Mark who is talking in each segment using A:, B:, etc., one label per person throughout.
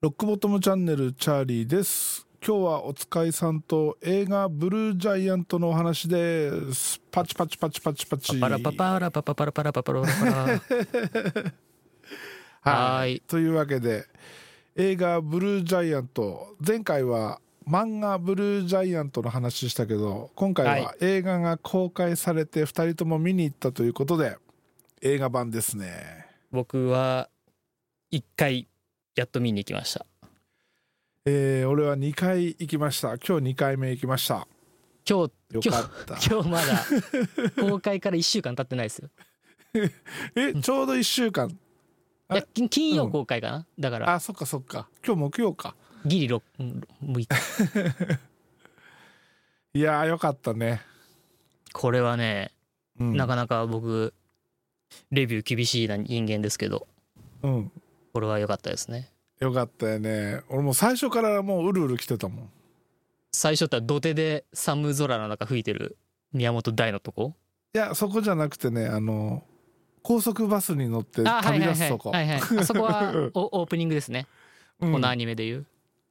A: ロックボトムチャンネルチャーリーです。今日はおつかいさんと映画ブルージャイアントのお話です。パチパチパチパチパチ。
B: パラ パパラパパパラパラパパラパラ。は
A: は
B: ー
A: い
B: い。
A: というわけで映画ブルージャイアント前回は漫画ブルージャイアントの話したけど今回は
B: は
A: 映画が公開されて2人とも見に行ったということで映画版ですね。
B: 僕は一回やっと見に行きました。
A: えー俺は2回行きました今日2回目行きました
B: 今日
A: よかった
B: 今日まだ公開から一週間経ってないですよ。
A: えちょうど1週間あ
B: いや金金
A: う
B: 曜
A: ん
B: 公開かな。だから
A: あそっかそっか今日木曜か
B: ギリ六六日。
A: いやーよかったね、
B: これはね、
A: うん、
B: なかなか僕レビュー厳しいな人間ですけど、
A: うん
B: これは良かったですね。
A: よかったよね俺もう最初からもううるうる来てたもん
B: 最初っては土手で寒空の中吹いてる宮本大のとこ。
A: いやそこじゃなくてねあの高速バスに乗って
B: あは
A: 旅
B: いは
A: 立
B: いは
A: つ
B: い
A: とこ
B: はいはい。あそこは おオープニングですね。
A: うん
B: このアニメでいう。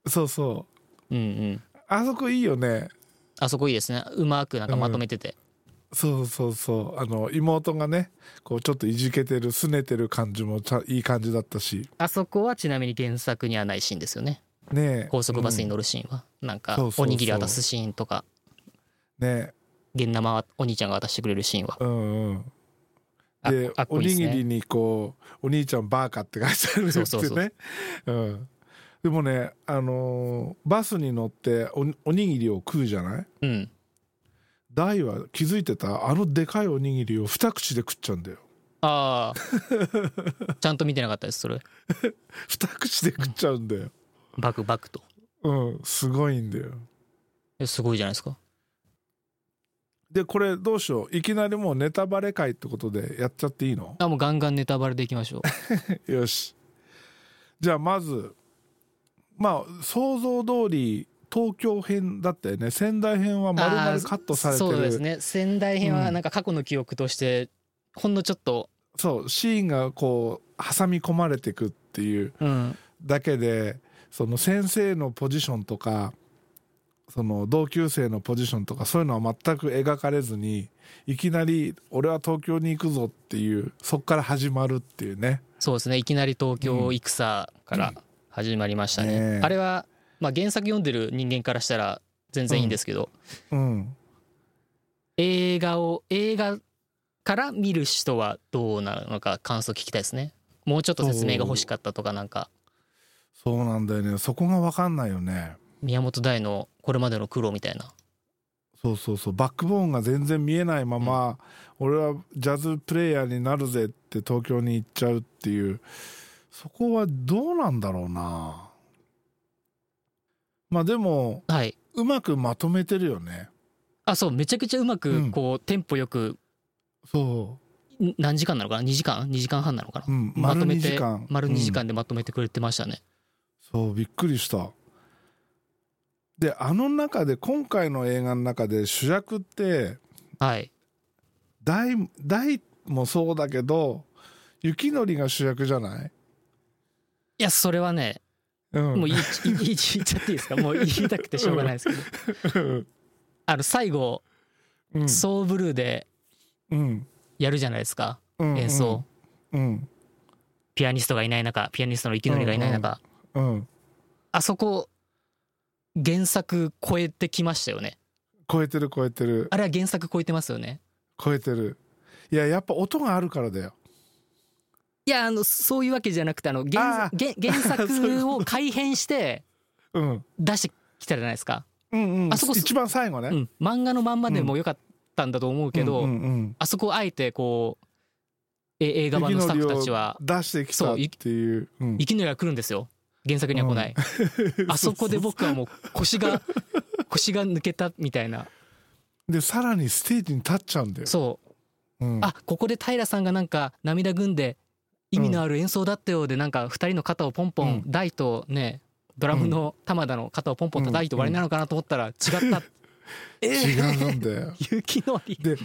A: そうそ
B: うんうん。
A: うあそこいいよね
B: あそこいいですね。うまくなんかまとめてて。
A: そうそうそうあの妹がねこうちょっといじけてるすねてる感じもちゃいい感じだったし
B: あそこはちなみに原作にはないシーンですよね。
A: ねえ
B: 高速バスに乗るシーンは。なんか
A: そうそうそう
B: おにぎり渡すシーンとか、
A: うんね
B: 現生はお兄ちゃんが渡してくれるシーンは
A: え。うんうん
B: あ
A: で
B: かっ
A: お
B: こいいで
A: に
B: す
A: ぎ
B: ね
A: り。にこう「お兄ちゃんバーカ」って書いてあるってね
B: そうそうそう
A: うん、でもね、あのーバスに乗っておおにぎりを食うじゃない
B: うん。
A: 大は気づいてたあのでかいおにぎりを二口で食っちゃうんだよ
B: ああ。 ちゃんと見てなかったです、それ。
A: 二口で食っちゃうんだよ
B: バクバクと。
A: うんすごいんだよ
B: えすごいじゃないですか。
A: でこれどうしよういきなりもうネタバレ会ってことでやっちゃっていいの
B: あ、もうガンガンネタバレでいきましょう。
A: よしじゃあまずまあ想像通り東京編だったよね仙台編は丸
B: あ
A: 々
B: ー
A: カットされてる
B: そうですね。仙台編
A: う
B: は
A: ん
B: なんか過去の記憶として、ほんのちょっと、
A: そうシーンがこう挟み込まれていくっていう
B: うん。
A: だけでその先生のポジションとかその同級生のポジションとかそういうのは全く描かれずにいきなり「俺は東京に行くぞ」っていうそっから始まるっていうね
B: そうですねいきなり東京戦から始まりましたね,、
A: ねえ
B: あれは、まあ、原作読んでる人間からしたら全然いいんですけど、
A: うん
B: 映画を映画から見る人はどうなのか感想聞きたいですねもうちょっと説明が欲しかったとかなんか
A: そうなんだよねそこが分かんないよね
B: 宮本大のこれまでの苦労みたいな
A: そうそうそうバックボーンが全然見えないまま、俺はジャズプレイヤーになるぜって東京に行っちゃうっていうそこはどうなんだろうなまあでも
B: はいう
A: まくまとめてるよね
B: あそうめちゃくちゃうま
A: う
B: く
A: ん
B: こう、テンポよく
A: そ
B: ん何時間なのかな2時間2時間半なのかな
A: う、う、ん、
B: ま
A: 丸
B: とめ
A: 2
B: て
A: 時間
B: 丸
A: うん
B: 2時間でまとめてくれてましたね、
A: そうびっくりしたであの中で今回の映画の中で主役って
B: はい
A: 大大もそうだけど雪のりが主役じゃない、
B: いやそれはね
A: うん、
B: もう言い言い言い言っちゃっていいですかもう言いたくてしょうがないですけどあの最後
A: うん
B: ソーブルーで
A: うん
B: やるじゃないですか
A: うん
B: 演奏、
A: うん
B: ピアニストがいない中ピアニストの息のりがいない中、
A: うん
B: あそこ原作超えてきましたよね
A: 超えてる超えてる
B: あれは原作超えてますよね
A: 超えてるいややっぱ音があるからだよ
B: いやあのそういうわけじゃなくてあの
A: あ
B: 原
A: ー
B: 原原作を改編して
A: うん
B: 出してきたじゃないですか、
A: うんうん
B: あそこ
A: 一番最後ね、
B: うん、漫画のまんまでもよかったんだと思うけど、
A: うんうん
B: あそこをあえてこうえ映
A: う
B: 画
A: ん、
B: 版のスタッ
A: 雪
B: フ
A: の
B: たち
A: り
B: は
A: を出してきたっていううん
B: 息のりが来るんですよ原作には来ない、 あそこで僕はもう腰 が腰が抜けたみたいな
A: でさらにステージに立っちゃうんだよ、
B: そう
A: うん
B: あここで平さんがなんか涙ぐんで意味のある演奏だったようでなんか2人の肩をポンポン
A: う
B: 大とねドラムの玉田の肩をポンポン叩いて終わりなのかなと思ったら違った
A: 違
B: え
A: うんだよ
B: 雪のり
A: で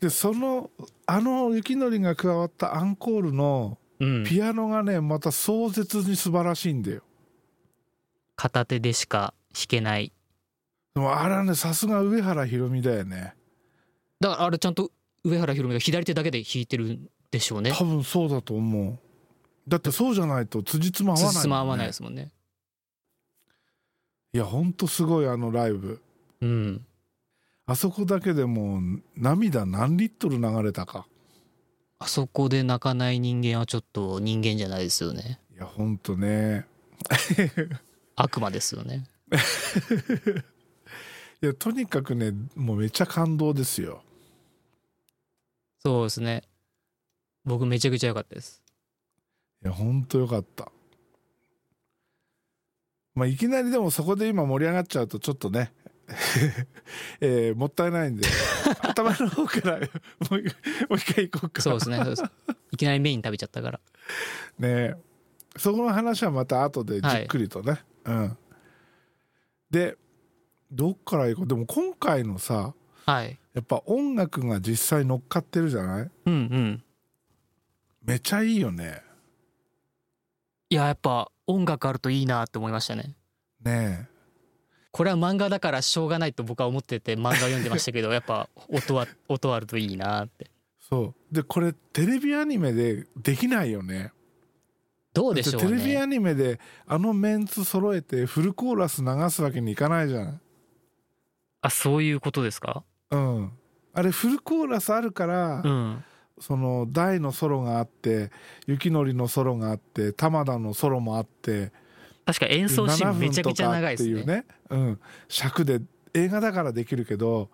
A: でそのあの雪のりが加わったアンコールの
B: うん
A: ピアノがねまた壮絶に素晴らしいんだよ
B: 片手でしか弾けない
A: でもあれはねさすが上原ひろみだよね
B: だからあれちゃんと上原ひろみが左手だけで弾いてるんでしょうね
A: 多分そうだと思うだってそうじゃないと辻褄合わないもんね、
B: 進ま合わないですもんね
A: いやほんとすごいあのライブ
B: うん
A: あそこだけでもう涙何リットル流れたか
B: あそこで泣かない人間はちょっと人間じゃないですよね
A: いやほんとね
B: 悪魔ですよね
A: いやとにかくねもうめっちゃ感動ですよ
B: そうですね僕めちゃくちゃ良かったです
A: いやほんとよかったまあいきなりでもそこで今盛り上がっちゃうとちょっとね えーもったいないん で頭の方からもう一回もう一回行こうか
B: そうですねそうですいきなりメイン食べちゃったから
A: ねそこの話はまた後でじっくりとね、うんでどっから行こうでも今回のさ
B: はい
A: やっぱ音楽が実際乗っかってるじゃない
B: うんうん
A: めちゃいいよね
B: いややっぱ音楽あるといいなって思いましたね
A: ね
B: これは漫画だからしょうがないと僕は思ってて漫画読んでましたけ どやっぱ音は音あるといいなって
A: そうでこれテレビアニメでできないよね
B: どうでし
A: だ
B: ょ
A: っ
B: う
A: てテレビア
B: ね
A: ニメであのメンツ揃えてフルコーラス流すわけにいかないじゃない
B: あそういうことですか
A: うんあれフルコーラスあるから、
B: うん
A: その大のソロがあって雪のりのソロがあって玉田のソロもあって
B: 確か演奏シーンめちゃくちゃ長いです
A: 7
B: ね
A: 分とかっていうね、うん、尺で映画だからできるけど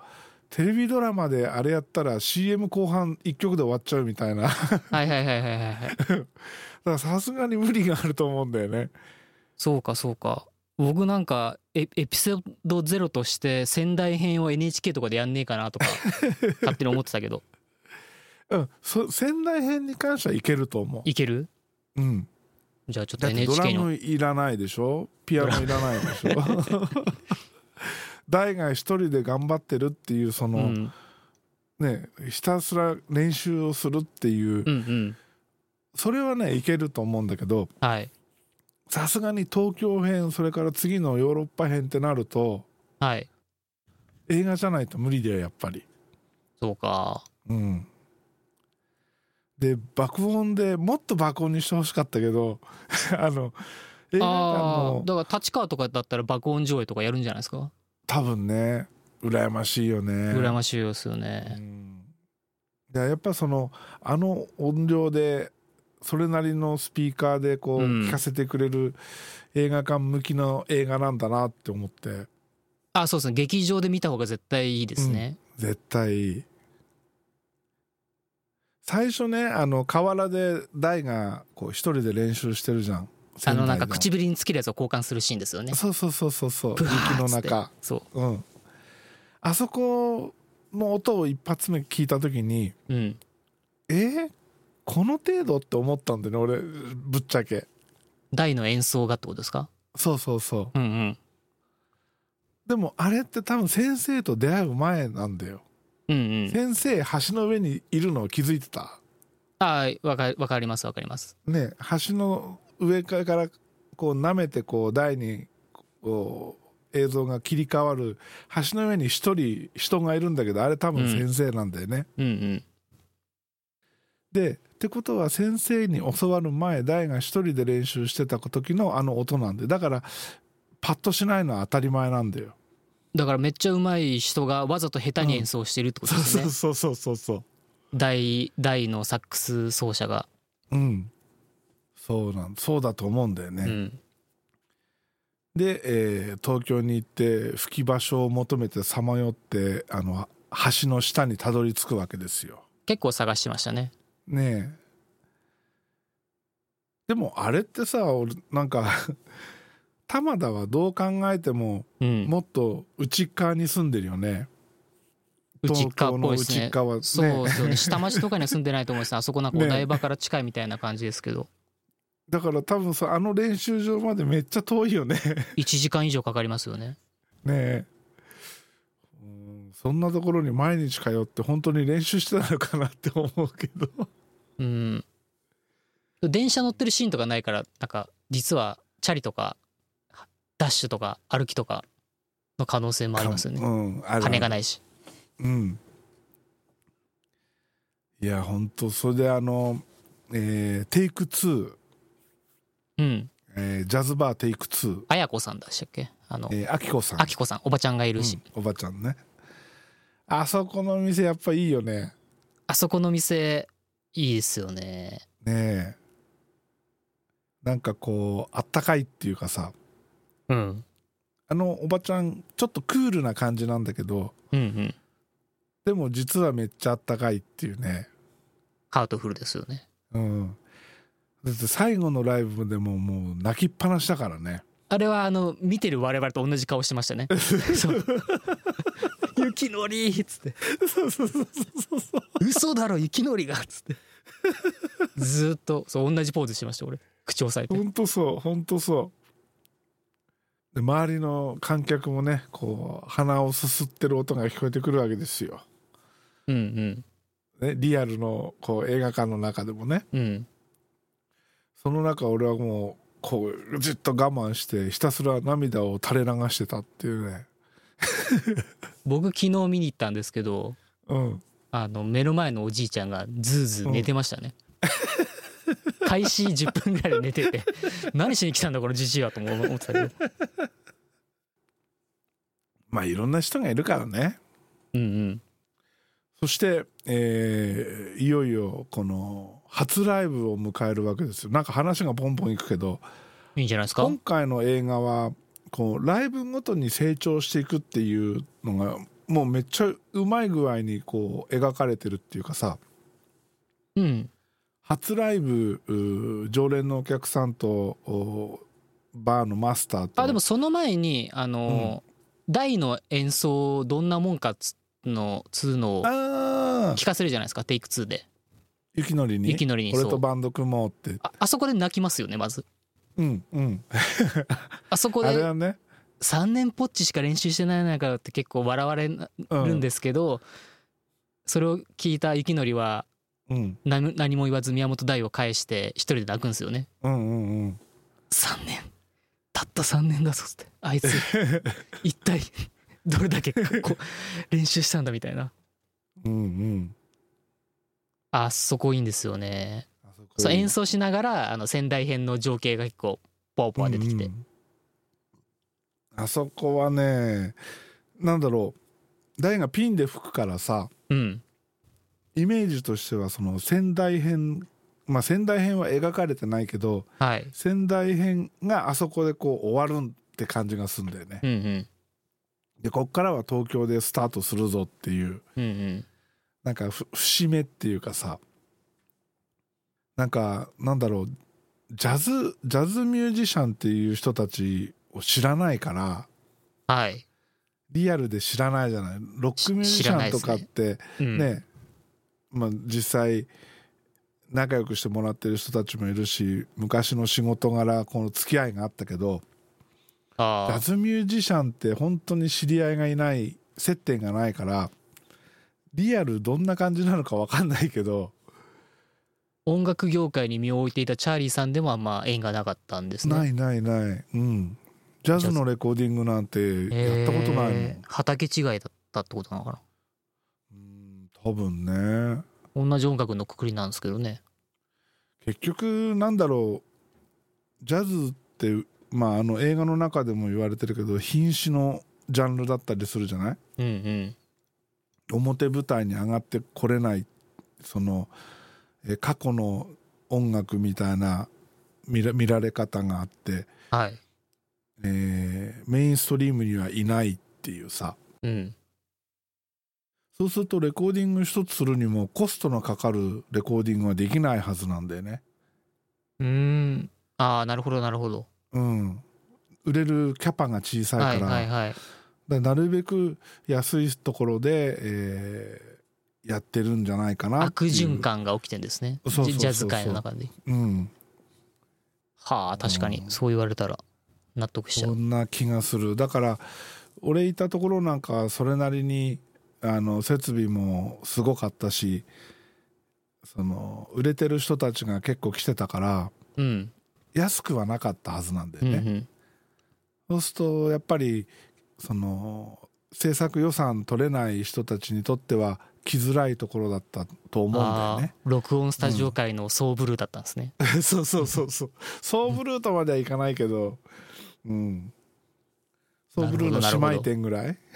A: テレビドラマであれやったら CM 後半1曲で終わっちゃうみたいな だか
B: はいはいはいはいはいはい
A: らさすがに無理があると思うんだよね
B: そうかそうか僕なんかエエピソード0として仙台編を NHK とかでやんねえか なとか勝手に思ってたけど
A: うんそ仙台編に関してはいけると思
B: いける
A: ううん
B: じゃあちょっと
A: だってドラ
B: NHK の
A: ムいらないでしょピアノいらないでし ょ 大が一人で頑張ってるっていうその、
B: うん
A: ねひたすら練習をするっていう
B: うんうん
A: それはねいけると思うんだけど
B: はい
A: さすがに東京編それから次のヨーロッパ編ってなると
B: はい
A: 映画じゃないと無理だよやっぱり
B: そうか
A: うんで爆音でもっと爆音にしてほしかったけど あの映画館
B: ああ
A: の
B: だから立川とかだったら爆音上映とかやるんじゃないですか
A: 多分ね羨ましいよね
B: 羨ましいですよ
A: う
B: ね
A: んでやっぱそのあの音量でそれなりのスピーカーでこう
B: うん
A: 聞かせてくれる映画館向きの映画なんだなって思って
B: あそうですね劇場で見た方が絶対いいですね
A: 絶対最初ねあの河原で大がこう一人で練習してるじゃん
B: あのなんか
A: 仙台
B: 唇につけるやつを交換するシーンですよね
A: のそうそうそうそうそう雪
B: ブ
A: の
B: ワーッつって
A: 中
B: そ
A: うんあそこの音を一発目聞いた時に
B: ううん
A: えーこの程度って思ったんだよね俺ぶっちゃけ
B: 大の演奏がってことですか
A: そうそうそ
B: うんうん
A: うでもあれって多分先生と出会う前なんだよ、
B: うんうん
A: 先生橋の上にいるのを気づいてた
B: ああわかわかりますわかります
A: ね橋の上からこう舐めてこう台にこう映像が切り替わる橋の上に一人人がいるんだけどあれ多分先生なんだよね、
B: うんうん
A: でってことは先生に教わる前大が一人で練習してた時のあの音なんでだからパッとしないのは当たり前なんだよ
B: だからめっちゃ上手い人がわざと下手に演奏してるってこと
A: そう
B: ですね、
A: そうそうそうそうそう
B: 大大のサックス奏者が、
A: うんそうなんそうだと思うんだよね、
B: うん
A: で、えー東京に行って吹き場所を求めてさまよってあの橋の下にたどり着くわけですよ
B: 結構探してましたね
A: ねえでもあれってさ俺なんか 玉田はどう考えても
B: うん
A: もっと内っ側に住んでるよね
B: 内っ側っぽいです
A: 東京の内
B: ね
A: っ側ね
B: そうですよね下町とかには住んでないと思うんですねあそこなんかお台場から近いみたいな感じですけど、
A: だから多分さあの練習場までめっちゃ遠いよね
B: 1時間以上かかりますよね
A: ねえうんそんなところに毎日通って本当に練習してたのかなって思うけど
B: うん電車乗ってるシーンとかないからなんか実はチャリとかダッシュとか歩きとかの可能性もありますよね
A: うん、ある
B: 金がないし
A: うん。いや、本当それであの、えーテイク2、
B: うん
A: えージャズバーテイク2、
B: 綾子さんでしたっけあの
A: えー、アキコさん。
B: あきこさんおばちゃんがいるし、
A: うんおばちゃんね。あそこの店やっぱいいよね。
B: あそこの店いいですよね
A: ねえ。なんかこう、あったかいっていうかさ、
B: うん
A: あのおばちゃん、ちょっとクールな感じなんだけど、
B: うんうん
A: でも実はめっちゃあったかいっていうね。
B: ハートフルですよね
A: うん。だって最後のライブでももう泣きっぱなしだからね。
B: あれはあの見てる我々と同じ顔してましたね そう雪のりっつって
A: そうそうそうそうそう。
B: 嘘だろ雪のりがっつってずーっとそう同じポーズしてました俺口押さえて
A: 本当そう、本当そう。で、周りの観客もね、こう、鼻をすすってる音が聞こえてくるわけですよ。
B: うん
A: ね、リアルの、こう、映画館の中でもね。
B: うんうん
A: その中、俺はもう、こう、じっと我慢して、ひたすら涙を垂れ流してたっていうね。
B: 僕昨日見に行ったんですけど
A: うん。
B: あの目の前のおじいちゃんがズーズー寝てましたね、開始10分ぐらいで寝 てて何しに来たんだこのじじいはとも思ってたけど
A: まあ、いろんな人がいるからね。
B: うんうん
A: そして、えーいよいよ、この、初ライブを迎えるわけですよ。なんか話がポンポンいくけど、
B: いいんじゃないですか
A: 今回の映画はこうライブごとに成長していくっていうのがもうめっちゃうまい具合にこう描かれてるっていうかさ
B: うん
A: 初ライブうー常連のお客さんとおバーのマスターと
B: あでもその前にあの、大の演奏どんなもんかっつのつうのを
A: あー
B: 聞かせるじゃないですかテイク2で
A: 雪のりに
B: 雪のりに
A: 俺
B: そ
A: と
B: う
A: バンド組もうって
B: ああそこで泣きますよねまず
A: うんうん
B: あそこ
A: あれ
B: で
A: はね、
B: 3年ぽっちしか練習してない中って結構笑われる
A: うん、
B: んですけど、それを聞いた雪のりは
A: うん
B: 何何も言わず宮本大を返して一人で泣くんですよね
A: うんうんうん
B: 3年たった3年だぞって あいつ一体どれだけこう練習したんだみたいな
A: うんうん
B: あそこいいんですよね、
A: あこ
B: そう演奏しながらあの仙台編の情景が結構ポワポワ出てきて、
A: うんうんあそこはねなんだろう大がピンで吹くからさ
B: うん
A: イメージとしてはその仙台編まあ仙台編は描かれてないけど
B: はい
A: 仙台編があそこでこう終わるって感じがするんだよね
B: うんうん
A: でこっからは東京でスタートするぞっていう
B: うんうん
A: なんかふ節目っていうかさなんかなんだろうジャズジャズミュージシャンっていう人たちを知らないから
B: はい、
A: リアルで知らないじゃないロックミュージシャンとかって
B: うん
A: ねまあ、実際仲良くしてもらってる人たちもいるし昔の仕事柄この付き合いがあったけどジャ
B: あー
A: ズミュージシャンって本当に知り合いがいない接点がないからリアルどんな感じなのか分かんないけど
B: 音楽業界に身を置いていたチャーリーさんでもあんま縁がなかったんですね
A: ないないないうんジャズのレコーディングなんてやったことないもん、
B: えー畑違いだったってことなのかな
A: うん多分ね
B: 同じ音楽のくくりなんですけどね
A: 結局なんだろうジャズってまああの映画の中でも言われてるけど瀕死のジャンルだったりするじゃない
B: うんうん
A: 表舞台に上がってこれないそのえ過去の音楽みたいな見ら見られ方があって、
B: はい
A: えーメインストリームにはいないっていうさ
B: うん
A: そうするとレコーディング一つするにもコストのかかるレコーディングはできないはずなんだよね。
B: うーんああなるほどなるほど
A: うん、売れるキャパが小さいから、
B: はいはいはい
A: だからなるべく安いところで、えーやってるんじゃないかなって
B: 悪
A: いう
B: 循環が起きてんですね
A: そうそうそうそう
B: ジャズ界の中で
A: うん
B: はあ確かに
A: うん
B: そう言われたら納得しちゃ
A: そ
B: うん
A: な気がするだから俺いたところなんかはそれなりにあの設備もすごかったしその売れてる人たちが結構来てたから
B: うん
A: 安くはなかったはずなんだよ
B: うんう
A: ね、
B: ん
A: そうするとやっぱりその制作予算取れない人たちにとっては来づらいところだったと思うんだよね
B: あ。ー録音スタジオ界のソーブルーだったんですね、
A: そうそうそうそう。ソーブルートまではいかないけど、うん。ソーブルー
B: なるほど
A: の姉妹店ぐらい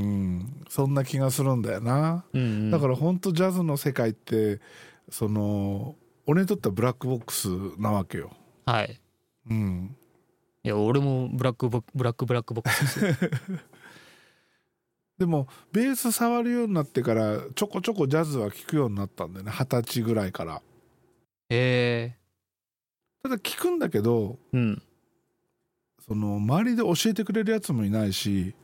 A: うん。そんな気がするんだよな。
B: うんうん
A: だから本当ジャズの世界って、その、俺にとってはブラックボックスなわけよ。
B: はい
A: うん。
B: いや俺もブラックボブラックブラックボックスですよ
A: でも、ベース触るようになってから、ちょこちょこジャズは聴くようになったんだよね。二十歳ぐらいから。
B: へえ
A: ただ聴くんだけど、
B: うん
A: その周りで教えてくれるやつもいないし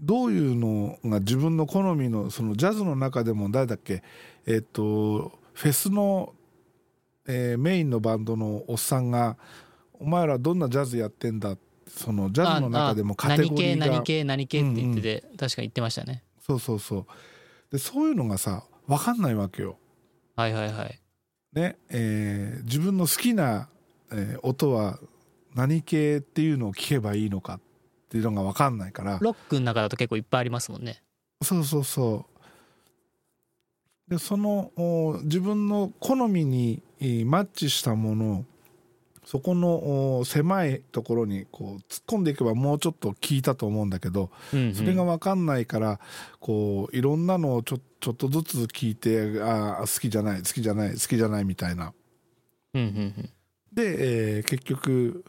A: どういうのが自分の好みのそのジャズの中でも誰だっけえっとフェスの、えーメインのバンドのおっさんが「お前らどんなジャズやってんだ」そのジャズの中でもカテゴリーが
B: ああ何系何系何系って言ってて、確か言ってましたね
A: そうそうそうでそういうのがさ分かんないわけよ。
B: はいはいはい
A: ねえー自分の好きな、えー音は何系っていうのを聞けばいいのかっていうのが分かんないから
B: ロックの中だと結構いっぱいありますもんね
A: そうそうそうでそのお自分の好みにえーマッチしたものをそこのお狭いところにこう突っ込んでいけばもうちょっと聞いたと思うんだけど
B: うんうん、
A: それが分かんないからこういろんなのをちょちょっとずつ聞いてあー好きじゃない好きじゃない好きじゃないみたいな
B: うんうん
A: で、えー結局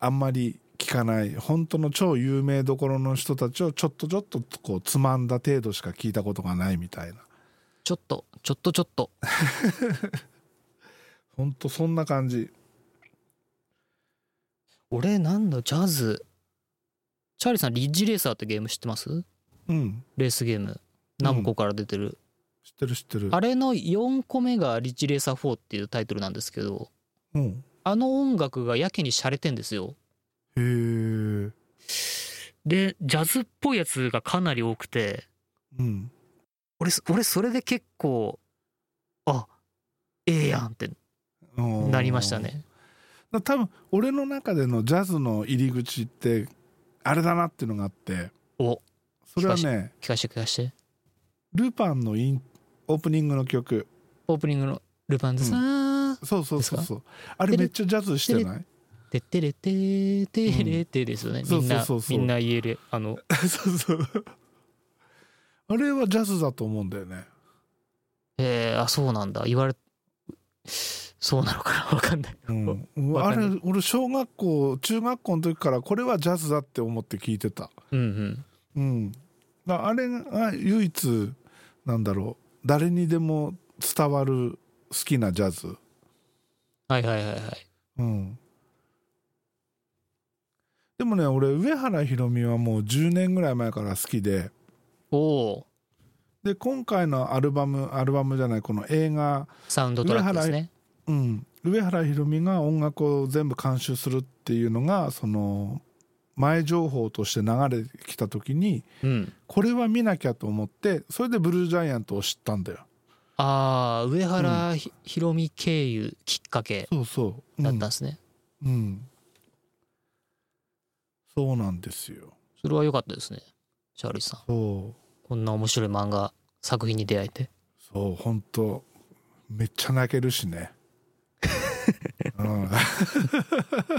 A: あんまり聞かない本当の超有名どころの人たちをちょっとちょっとこうつまんだ程度しか聞いたことがないみたいな
B: ちょっとちょっとちょっと
A: 本当そんな感じ
B: 俺なんだジャズチャーリーさんリッジレーサーってゲーム知ってます
A: うん
B: レースゲームナムコから出てる、
A: 知ってる知ってる
B: あれの4個目が「リッチレーサー4」っていうタイトルなんですけど
A: うん
B: あの音楽がやけに洒落てんですよ
A: へえ
B: でジャズっぽいやつがかなり多くて
A: うん
B: 俺そ俺それで結構あええやんって
A: あー
B: なりましたね
A: だ多分俺の中でのジャズの入り口ってあれだなっていうのがあって
B: お
A: それは
B: 聞
A: ね
B: 聞かして聞かして
A: ルパンのインオープニングの曲
B: オープニングの「ルパンズさー
A: そうそうそうそうあれめっちゃジャズしてない
B: てってれてーてーれてーですよね、
A: うん
B: みんな
A: そうそうそうそう
B: みんな家であの
A: そうそう。あれはジャズだと思うんだよね。
B: えー、あそうなんだ言われそうなのかな分かんない
A: うん、
B: わ
A: あ
B: か
A: れ
B: んない
A: 俺小学校中学校の時からこれはジャズだって思って聞いてた。
B: うんうん
A: うん、だあれが唯一なんだろう誰にでも伝わる好きなジャズ。
B: はいはいはいはい
A: うん、でもね俺上原ひろみはもう10年ぐらい前から好きで
B: おお
A: で今回のアルバムアルバムじゃないこの映画
B: サウンドトラックですね
A: うん、上原ひろみが音楽を全部監修するっていうのがその前情報として流れてきた時に
B: うん
A: これは見なきゃと思ってそれでブルージャイアントを知ったんだよ
B: ああ上原ひ,、ろみ経由きっかけ
A: そうそう、うん、
B: だったんですね、
A: うんそうなんですよ
B: それは良かったですねチャーリーさん
A: そう
B: こんな面白い漫画作品に出会えて
A: そう本当めっちゃ泣けるし ね、うん、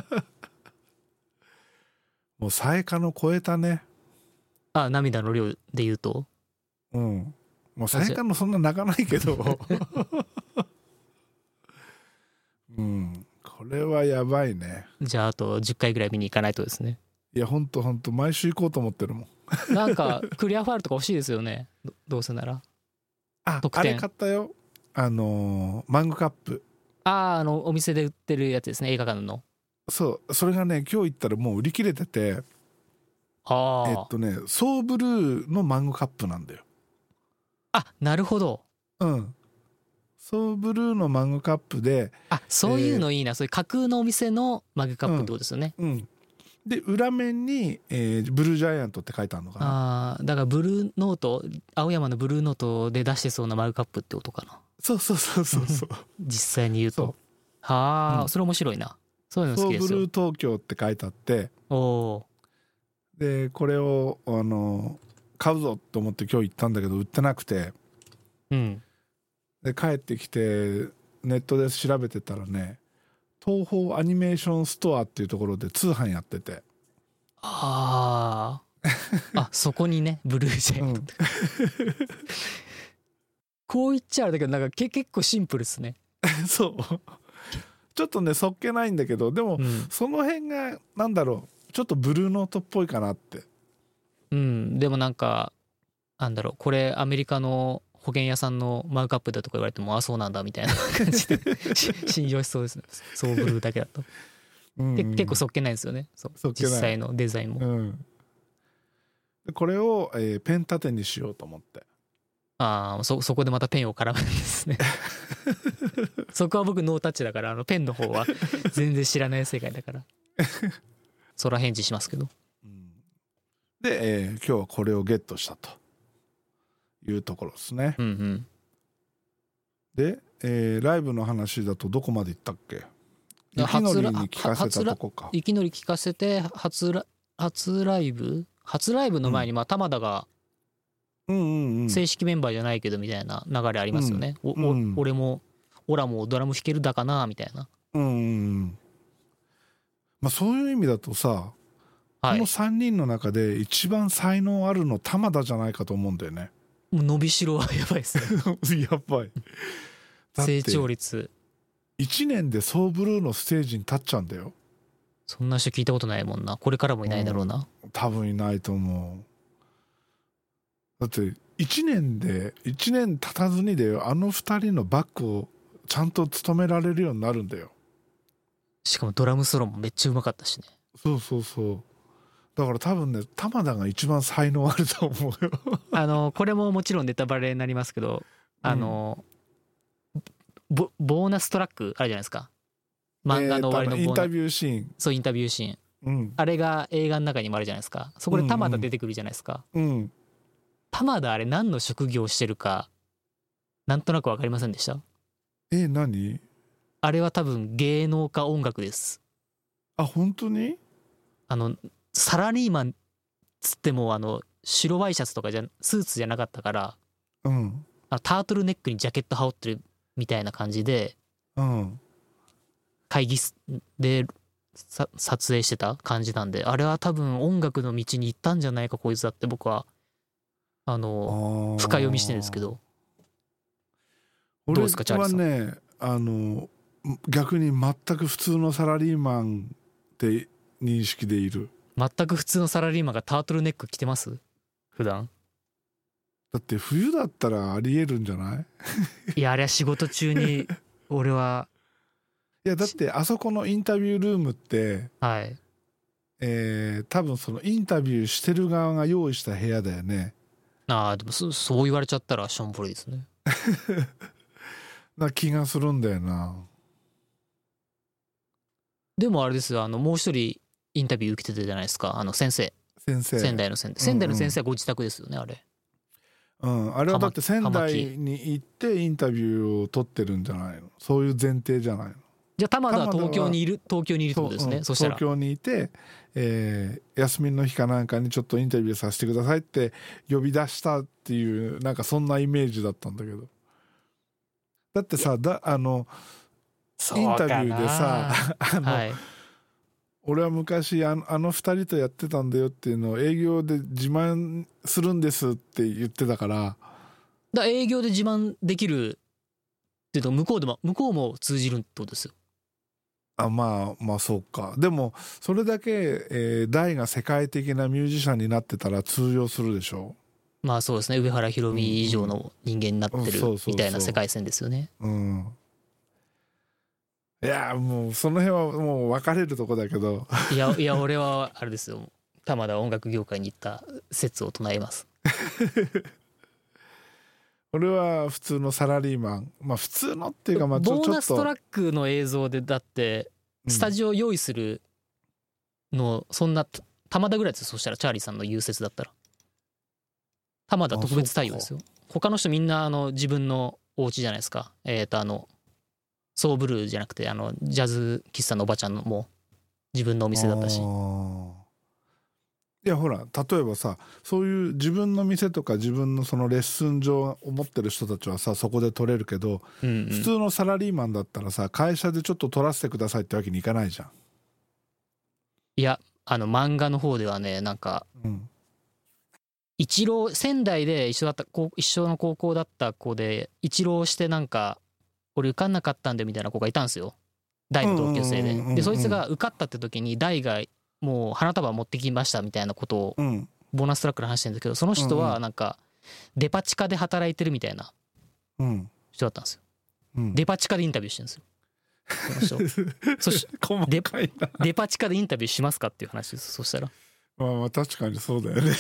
A: もう最下の超えたね
B: あ涙の量で言うと
A: うん。まあ、最下のそんな泣かないけど。うん。これはやばいね。
B: じゃああと10回ぐらい見に行かないとですね
A: いや、ほんとほんと、毎週行こうと思ってるもん。
B: なんかクリアファイルとか欲しいですよねどどうせなら
A: あ、
B: 特
A: あ
B: 典
A: れ買ったよ。あのーマンゴーカップ。
B: あああのお店で売ってるやつですね映画館の
A: そう、それがね、今日行ったらもう売り切れてて、
B: ああ、
A: えっとね、ソーブルーのマンゴーカップなんだよ。
B: あなるほど
A: うん。ソーブルーのマンゴーカップで、
B: あそういうのいいな、そういう架空のお店のマグカップってことですよね、
A: うん。で、裏面に、えーブルージャイアントって書いてあるのかな。
B: ああだからブルーノート青山のブルーノートで出してそうなマグカップってことかな
A: そうそうそうそうそう。
B: 実際に言うと
A: そう
B: はあ、
A: うん
B: それ面白いなそういうの
A: ソ
B: 好
A: ウ
B: きで
A: ブ
B: すよ
A: ルー東京って書いてあって
B: おお
A: でこれをあの買うぞと思って今日行ったんだけど売ってなくて
B: ーうん
A: で帰ってきてネットで調べてたらね東宝アニメーションストアっていうところで通販やって て、
B: あああそこにねブルージェイ、
A: うん
B: こう言っちゃあれだけどなんかけ結構シンプルっすね、
A: そうちょっとねそっけないんだけどでも、
B: うん
A: その辺がなんだろうちょっとブルーノートっぽいかなって
B: うん、でもなんかなんだろうこれアメリカの保険屋さんのマークアップだとか言われてもあそうなんだみたいな 感じでし信用しそうですねそうブルーだけだと、
A: うん
B: け結構そっけないですよねそう
A: そっけない
B: 実際のデザインも、
A: うんでこれを、えーペン立てにしようと思って
B: ああそそこでまたペンを絡めるんで すねそこは僕ノータッチだからあのペンの方は全然知らない世界だから空返事しますけど
A: うんで、えー今日はこれをゲットしたというところですね。
B: うんうん
A: で、えーライブの話だとどこまで行ったっけ
B: や
A: 雪の
B: 初
A: り
B: ラ
A: に聞かせたとこか。
B: いきのり聞かせて初ラ初ライブ初ライブの前に、まあ、玉田が
A: うんうんうん。
B: 正式メンバーじゃないけどみたいな流れありますよね、おお
A: うん
B: 俺もオラもドラム弾けるだかなみたいな
A: うんうんうん。まあそういう意味だとさ、
B: は
A: こ
B: い
A: の3人の中で一番才能あるの玉田じゃないかと思うんだよ ね。
B: もう伸びしろはやばい ですね
A: やっぱり。だって
B: 成長率
A: 1年でソーブルーのステージに立っちゃうんだよ。
B: そんな人聞いたことないもんなこれからもいないだろうな、
A: 多分いないと思うだって1年で1年経たずにであの2人のバックをちゃんと務められるようになるんだよ
B: しかもドラムソロもめっちゃうまかったしね
A: そうそうそうだから多分ね玉田が一番才能あると思うよ
B: あのこれももちろんネタバレになりますけどあの、ボボーナストラックあるじゃないですか漫画の終わりの
A: えー
B: ボ
A: イン
B: ーナ
A: タ
B: ス、
A: ビューシーン
B: そうインタビューシーン
A: うん
B: あれが映画の中にもあるじゃないですかそこで玉
A: うんう
B: 田
A: ん
B: 出てくるじゃないですか、
A: うん
B: 玉田あれ何の職業してるかなんとなく分かりませんでした
A: えー何
B: あれは多分芸能か音楽です
A: あ本当に
B: あのサラリーマンっつってもあの白ワイシャツとかじゃスーツじゃなかったから
A: うん
B: あのタートルネックにジャケット羽織ってるみたいな感じで
A: うん
B: 会議室でさ撮影してた感じなんであれは多分音楽の道に行ったんじゃないかこいつだって僕はあの深
A: 深
B: 読みしてるんですけどどうですかチャーリーさん
A: 俺はねあの逆に全く普通のサラリーマンって認識でいる
B: 全く普通のサラリーマンがタートルネック着てます普段
A: だって冬だったらありえるんじゃない
B: いやあれは仕事 中に俺はい
A: やだってあそこのインタビュールームって、
B: はい
A: えー多分そのインタビューしてる側が用意した部屋だよね
B: ああでもそそう言われちゃったらしょんぼりですね
A: な気がするんだよな
B: でもあれですよあのもう一人インタビュー受けてたじゃないですかあの先生
A: 先生
B: 仙台の先生仙台の先生はご自宅ですよねあれ
A: うん、あれはだって仙
B: 葉巻
A: 台に行ってインタビューを取ってるんじゃないのそういう前提じゃないの
B: じゃあ玉田は
A: 玉田は
B: 東京にいる東京にいるってことですね
A: うん
B: そしたら
A: 東京にいて、えー休みの日かなんかにちょっとインタビューさせてくださいって呼び出したっていうなんかそんなイメージだったんだけどだってさだあのインタビューでさあの、
B: はい
A: 俺は昔あのあの2人とやってたんだよっていうのを営業で自慢するんですって言ってたから
B: だから営業で自慢できるっていうと向こうでも向こうも通じるってことですよ
A: あまあまあそうかでもそれだけ、えー大が世界的なミュージシャンになってたら通用するでしょ
B: まあそうですね上原ひろみ以上の人間になって
A: うんうん
B: る
A: そうそうそう
B: みたいな世界線ですよね
A: うん。いやもうその辺はもう分かれるとこだけど
B: いやいや俺はあれですよ玉田は音楽業界に行った説を唱えます
A: 俺は普通のサラリーマンまあ普通のっていうかまあちょ
B: ボー
A: ちょ
B: ナ
A: っ
B: スト
A: と
B: ラックの映像でだって
A: うん
B: スタジオ用意するのそんなた玉田ぐらいですよそしたらチャーリーさんの言う説だったら玉田特別対応ですよ他の人みんなあの自分のお家じゃないですかえっ、とあのソーブルーじゃなくてあのジャズ喫茶のおばちゃんのも自分のお
A: お
B: 店だったし
A: いやほら例えばさそういう自分の店とか自分のそのレッスン上を持ってる人たちはさそこで取れるけど、
B: うんうん
A: 普通のサラリーマンだったらさ会社でちょっと取らせてくださいってわけにいかないじゃん。
B: いやあの漫画の方ではねなんか
A: うん
B: 一浪仙台で一緒だった高一緒の高校だった子で一浪してなんか俺受かんなかったんでみたいな子がいたんですよ大の同級生
A: うんうんうんうんう
B: で
A: ん
B: でそいつが受かったって時に大がもう花束持ってきましたみたいなことを
A: うん、
B: ボーナストラックで話してるんだけどその人
A: うん
B: は
A: うん
B: なんかデパ地下で働いてるみたいな
A: うん
B: 人だったんですよ
A: うん、
B: デパ地下でインタビューしてるんですよその人 そし
A: 細かいな
B: デパ地下でインタビューしますかっていう話ですそしたら
A: まあまあ確かにそうだよね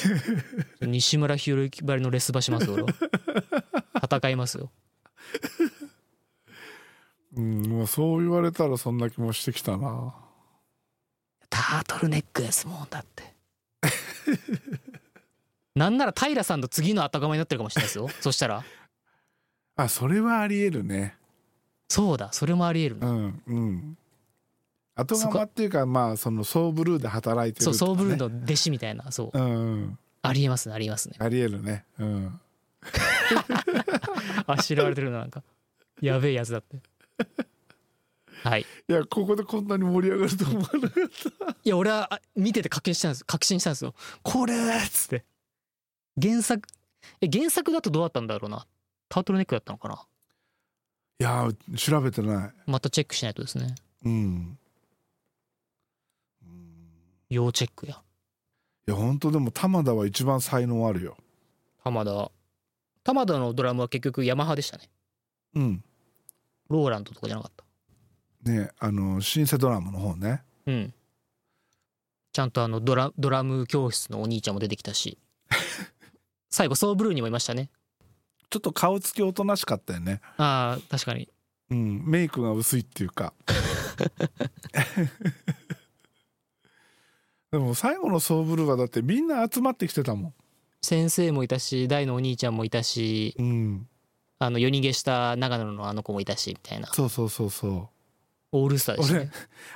B: 西村博之ばりのレスバします俺は戦いますよ
A: うんもうそう言われたらそんな気もしてきたな
B: タートルネックですもんだって なんなら平さんと次の頭になってるかもしれないです よそしたら
A: あそれはありえるね
B: そうだそれもありえる
A: う
B: な、
A: んうん後
B: そこ
A: 釜っていうかまあそのソーブルーで働いてる
B: そうソウブルー
A: ー
B: の弟子みたいなそう
A: うんうん
B: ありえますねありえますね
A: ありえるねうん
B: あしらわれてるな なんかやべえやつだってはい
A: いやここでこんなに盛り上がると思わなかっ
B: いや俺はあ見てて確信したんです確信したんですよこれっつって原作え原作だとどうだったんだろうなタートルネックだったのかな
A: たいや調べてない
B: またチェックしないとですね
A: うんうん
B: 要チェックや
A: いや本当でも玉田は一番才能あるよ
B: 浜田玉田のドラムは結局ヤマハでしたね
A: うん
B: ローランドとかじゃなかっ
A: ねあのシンセドラムの方ね
B: たうんちゃんとあのドラドラム教室のお兄ちゃんも出てき たし最後ソーブルーにもいましたね
A: ちょっと顔つきおとなしかったよね
B: ああ確かに
A: うんメイクが薄いっていう かでも最後のソーブルーはだってみんな集まってきてたも
B: 先生もいたし大のお兄ちゃんもいたし
A: んうん
B: あの夜逃げした長野のあの子もいたしみたいな
A: そうそうそうそう
B: オールスターでしたね
A: 俺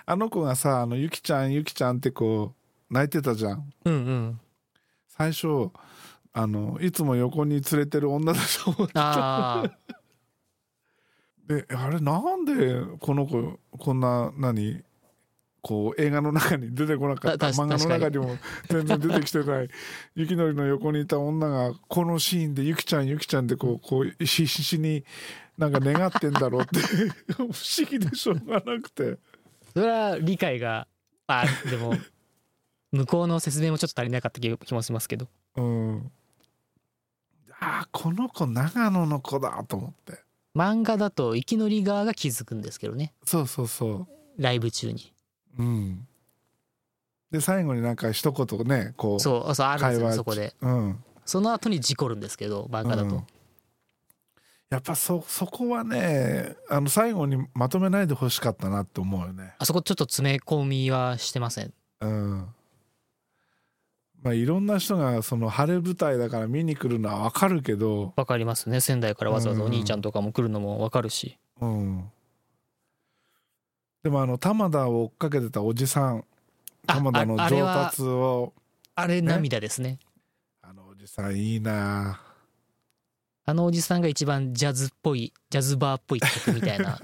A: あの子がさあのゆきちゃんゆきちゃんってこう泣いてたじゃん
B: うんうん
A: 最初あのいつも横に連れてる女だと思って
B: ああ
A: であれなんでこの子こんな何こう映画の中に出てこなかった
B: たたし
A: 漫画の
B: 確か
A: 中に
B: に
A: も全然出てきて ないゆきのりの横にいた女がこのシーンで「ゆきちゃんゆきちゃん」ってこうこうひしひしになんか願ってんだろうって 不思議でしょうがなくて
B: それは理解があでも向こうの説明もちょっと足りなかった気気もしますけど
A: うんあーこの子長野の子だと思って
B: 漫画だと生きのり側が気づくんですけどね
A: そうそうそ
B: ライブ中に
A: ううんで最後になんか一言ねこう
B: そうそうあるんです
A: 会
B: よ
A: 話
B: そこで
A: うん
B: その後に事故るんですけど漫画だ
A: う
B: と
A: んやっぱそそこはねあの最後にまとめないでほしかったなって思うよね。
B: あそこちょっと詰め込みはしてません
A: うんまあ、いろんな人がその晴れ舞台だから見に来るのはわかるけど、
B: わかりますね仙台からわざわざお兄ちゃんとかも来るのもわかるし
A: うん、でもあの玉田を追っかけてたおじさん
B: あ
A: 玉田の
B: ああれ
A: 上
B: は
A: 達を
B: あれ涙ですね
A: あのおじさんいいな
B: あのおじさんが一番ジャズっぽいジャズバーっぽい曲みたいな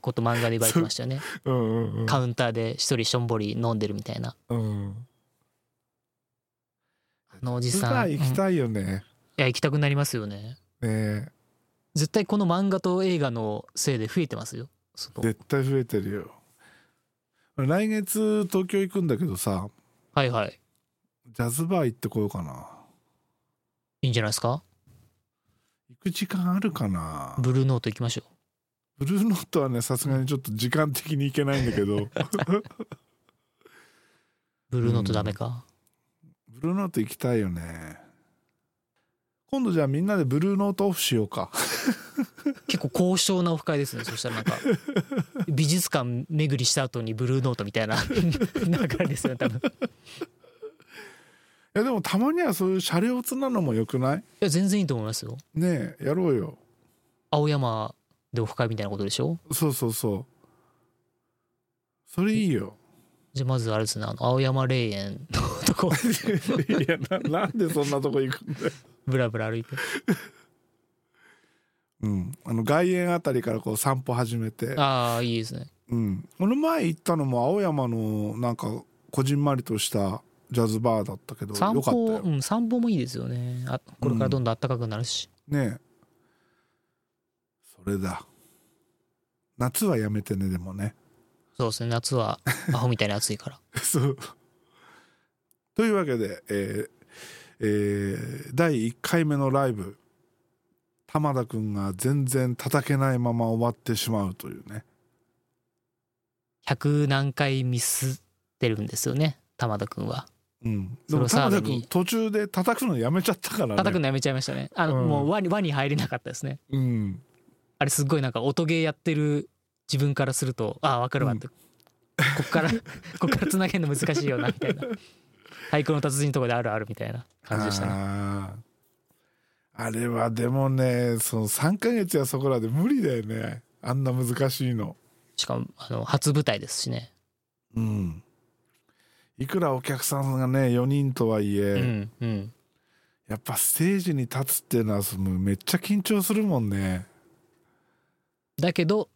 B: こと漫画で言われてましたよ ね
A: うんうんうん
B: カウンターで一人しょんぼり飲んでるみたいな
A: うん
B: あのおじ
A: 舞
B: さん、
A: 台
B: うんい
A: 行きたいよね、
B: や行きたくなりますよね
A: ね
B: 絶対この漫画と映画のせいで増えてますよその
A: 絶対増えてるよ来月東京行くんだけどさ、
B: はいはい
A: ジャズバー行ってこようかな。
B: いいんじゃないですか
A: 行く時間あるかな
B: ブルーノート行きましょ
A: ブ
B: う
A: ルーノートはね、さすがにちょっと時間的に行けないんだけ ど。
B: ブルーノートダメか、
A: ブルーノート行きたいよね。今度じゃあみんなでブルーノートオフしようか。
B: 結構高尚なオフ会ですねそしたらなんか美術館巡りした後にブルーノートみたいな 流れですよね多分い
A: いやでもたまにはそういうシャレオツなのも良くない
B: や全然いいと思いますよ
A: ねえ、やろうよ。
B: 青山でオフ会みたいなことでしょ
A: そうそうそうそれいいよ
B: じゃあまずあれですねあの青山霊園の と こ
A: いやななんでそんなとこ行くんだよ
B: ブラブラ歩いて
A: うんあの外苑あたりからこう散歩始めて
B: ああいいですね
A: うん俺前行ったのも青山のなんかこじんまりとしたジャズバーだったけど
B: 散
A: よかった
B: 歩
A: よ
B: うん散歩もいいですよねあこれからどんどん暖かくなるし、
A: ねえそれだ夏はやめてねでもね
B: そうですね夏はアホみたいに暑いから
A: そうというわけでえーえー第1回目のライブ玉田くんが全然叩けないまま終わってしまうというね
B: 100何回ミスってるんですよね玉田君は
A: うんで
B: それ
A: も
B: を澤
A: 玉
B: 部
A: 田
B: に
A: くん途中で叩くのやめちゃったからね
B: 叩くのやめちゃいましたねあの、
A: うん
B: もう輪に輪に入れなかったですね
A: うん
B: あれすっごいなんか音ゲーやってる自分からするとああ分かるわって、こっから こっからつなげるの難しいよなみたいな俳句の達人のとこであるあるみたいな感じでしたね
A: あーあれはでもねその3ヶ月やそこらで無理だよねあんな難しいの
B: しかもあの初舞台ですしね、
A: うんいくらお客さんがね4人とはいえ、
B: うんうん
A: やっぱステージに立つっていうのはそのめっちゃ緊張するもんね
B: だけど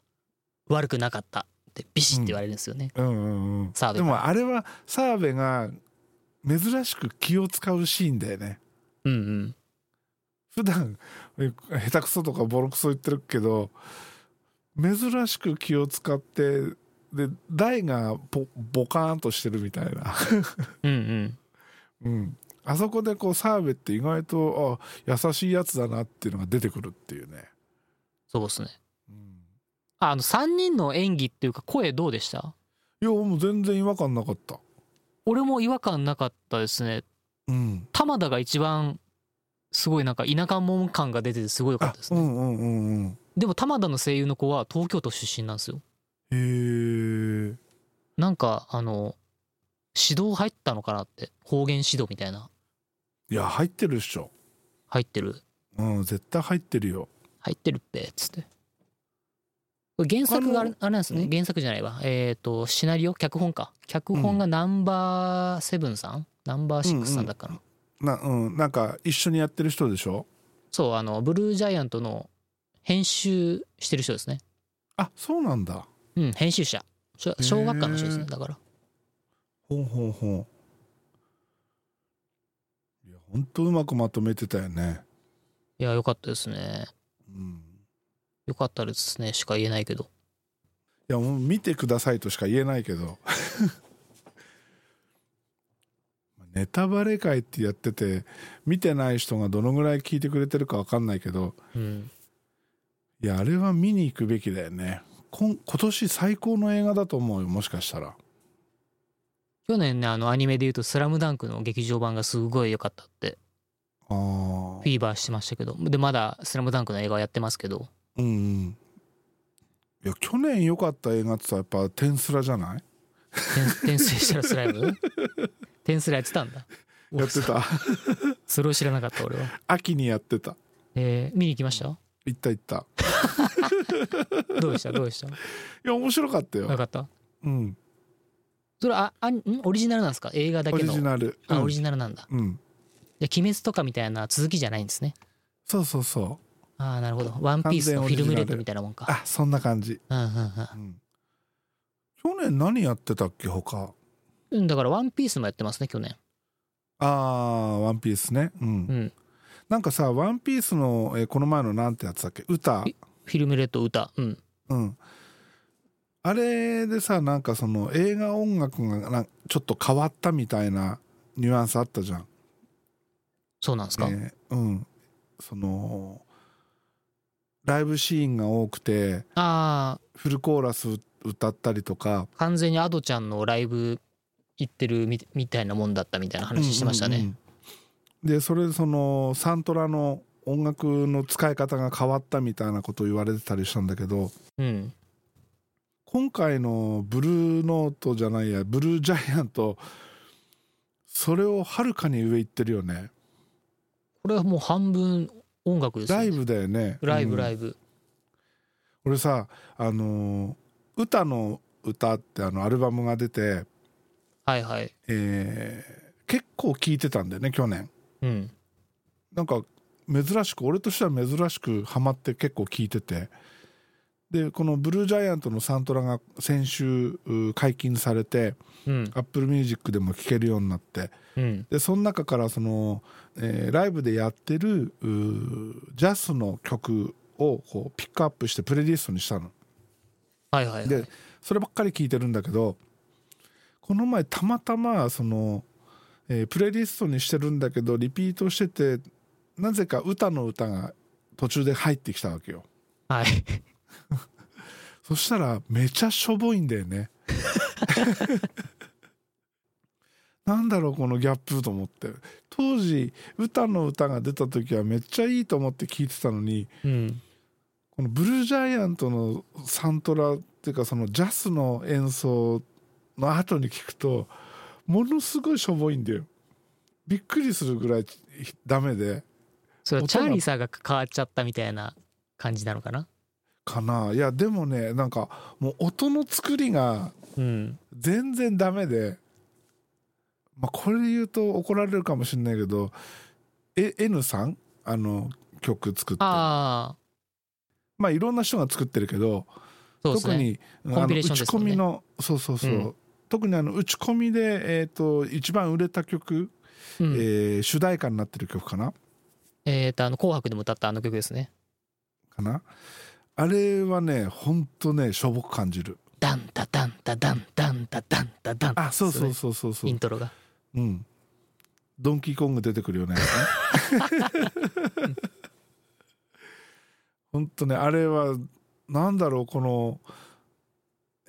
B: 悪くなかったってビシッて言われるんですよね、
A: うんうんうん
B: 澤部
A: で
B: が
A: もあれは澤部が珍しく気を使うシーンだよね
B: うんうん
A: 普段え下手くそとかボロクソ言ってるけど珍しく気を使ってで台がボボカーンとしてるみたいな、
B: うんう
A: う
B: ん
A: ん、あそこでこう澤部って意外とあ優しいやつだなっていうのが出てくるっていうね、
B: そうですね
A: うん、
B: ああの3人の演技っていうか声どうでした
A: いやもう全然違和感なかった
B: 俺も違和感なかったですね
A: うん
B: 玉田が一番すごいなんか田舎門感が出ててすごい良かっ
A: あ
B: たです
A: う
B: ね、
A: んうんうんうん
B: でも玉田の声優の子は東京都出身なんですよ
A: へえ
B: なんかあの指導入ったのかなって方言指導みたいない
A: や入ってるっしょ
B: 入ってる
A: うん絶対入ってるよ
B: 入ってるっぺっつってこれ原作があれあれなんですね
A: ん
B: 原作じゃないわえっ、とシナリオ脚本か脚本がナンバーセブンさんナンバーシックスさんだから、
A: なうんなんか一緒にやってる人でしょ
B: そうあのブルージャイアントの編集してる人ですね
A: あそうなんだ
B: うん編集者しょ小学館の人ですね
A: へー
B: だから
A: ほんほんほんいやほんとうまくまとめてたよね
B: いや良かったですね
A: うん
B: 良かったですねしか言えないけど
A: いやもう見てくださいとしか言えないけど ネタバレ会ってやってて見てない人がどのぐらい聞いてくれてるかわかんないけど
B: うん
A: いやあれは見に行くべきだよねこん今年最高の映画だと思うよもしかしたら
B: 去年ねあのアニメで言うと「スラムダンクの劇場版がすごい良かったって
A: ああ
B: フィーバーしてましたけどでまだ「スラムダンクの映画はやってますけど
A: うんうんいや去年良かった映画ってさやっぱ「テンスラ」じゃない
B: 転転 生したらスライム転スラやってたんだ
A: やって
B: 俺
A: た
B: それを知らなかった俺は
A: 秋にやってた
B: えー見に行きました
A: 行った行った
B: どうでしたどうでした
A: いや面白かった
B: よ
A: よ、
B: かった
A: うん、
B: それああんオリジナルなんですか映画だ
A: オ
B: け
A: リ
B: の
A: ジナル
B: あ
A: う
B: オ
A: ん
B: リジナルなんだ
A: うん、
B: じゃあ鬼滅とかみたいな続きじゃないんですね
A: そうそうそう
B: ああなるほど「ワンピースのフィルムレッドみたいなもんか
A: あそんな感じ、
B: うんうん
A: うん、去年何やってたっけ他
B: うんうんだから「ワンピースもやってますね去年
A: あーワンピースねうん、
B: うん
A: なんかさ「ワンピースの、えーこの前のなんてやつだっけ歌
B: えフィルムレッド歌うん
A: うんあれでさなんかその映画音楽がなんちょっと変わったみたいなニュアンスあったじゃん
B: そうなんですか、
A: ねうんそのライブシーンが多くて
B: あ
A: フルコーラス歌ったりとか
B: あ完全にアドちゃんのライブ行ってるみみたいなもんだったみたいな話してましたね、
A: うんうんうんでそれでそのサントラの音楽の使い方が変わったみたいなことを言われてたりしたんだけど
B: うん、
A: 今回のブルーノートじゃないやブルージャイアントそれをはるかに上行ってるよね
B: これはもう半分音楽ですよ
A: ラ
B: ね
A: イブだよね
B: ライブ
A: うん
B: ライブ、
A: 俺さあのー歌の歌ってあのアルバムが出て、
B: はいはい。
A: えー結構聴いてたんだよね去年
B: うん。
A: なんか珍しく俺としては珍しくハマって結構聴いててでこの「ブルージャイアント」のサントラが先週う解禁されて
B: うん。
A: Apple Music でも聴けるようになって
B: うん。
A: でその中からその、えーライブでやってるうージャスの曲をこうピックアップしてプレイリストにしたの。
B: はいはいはい。
A: でそればっかり聞いてるんだけどこの前たまたまその、えープレイリストにしてるんだけどリピートしててなぜか歌の歌が途中で入ってきたわけよ
B: はい。
A: そしたらめちゃしょぼいんだよねなんだろうこのギャップと思って当時歌の歌が出た時はめっちゃいいと思って聞いてたのに
B: うん。
A: このブルージャイアントのサントラっていうかそのジャスの演奏の後に聞くとものすごいしょぼいんだよびっくりするぐらいダメで
B: それは
A: 音
B: チ
A: が
B: ャーリーさんが変わっちゃったみたいな感じなのかな
A: かないやでもねなんかもう音の作りが
B: うん。
A: 全然ダメでまあこれで言うと怒られるかもしれないけどえ N さんあの曲作って
B: ああ、
A: まあいろんな人が作ってるけど
B: そうです
A: 特
B: ね。
A: にあ
B: コ
A: の
B: ンピレ
A: 打
B: ーション
A: ち
B: です
A: 込
B: もんね
A: みのそうそうそう、
B: うん
A: 特にあの打ち込みで、えー、と一番売れた曲、
B: うん
A: えー主題歌になってる曲かな
B: えっ、と、あの、紅白でも歌ったあの曲ですね。
A: かなあれはねほんとねしょぼく感じる
B: ダンタダンタダンダンタダンタダン
A: あそうそう
B: ね
A: そうそうそう
B: イントロが。
A: うんドンキーコング出てくるよねほんとねあれはなんだろうこの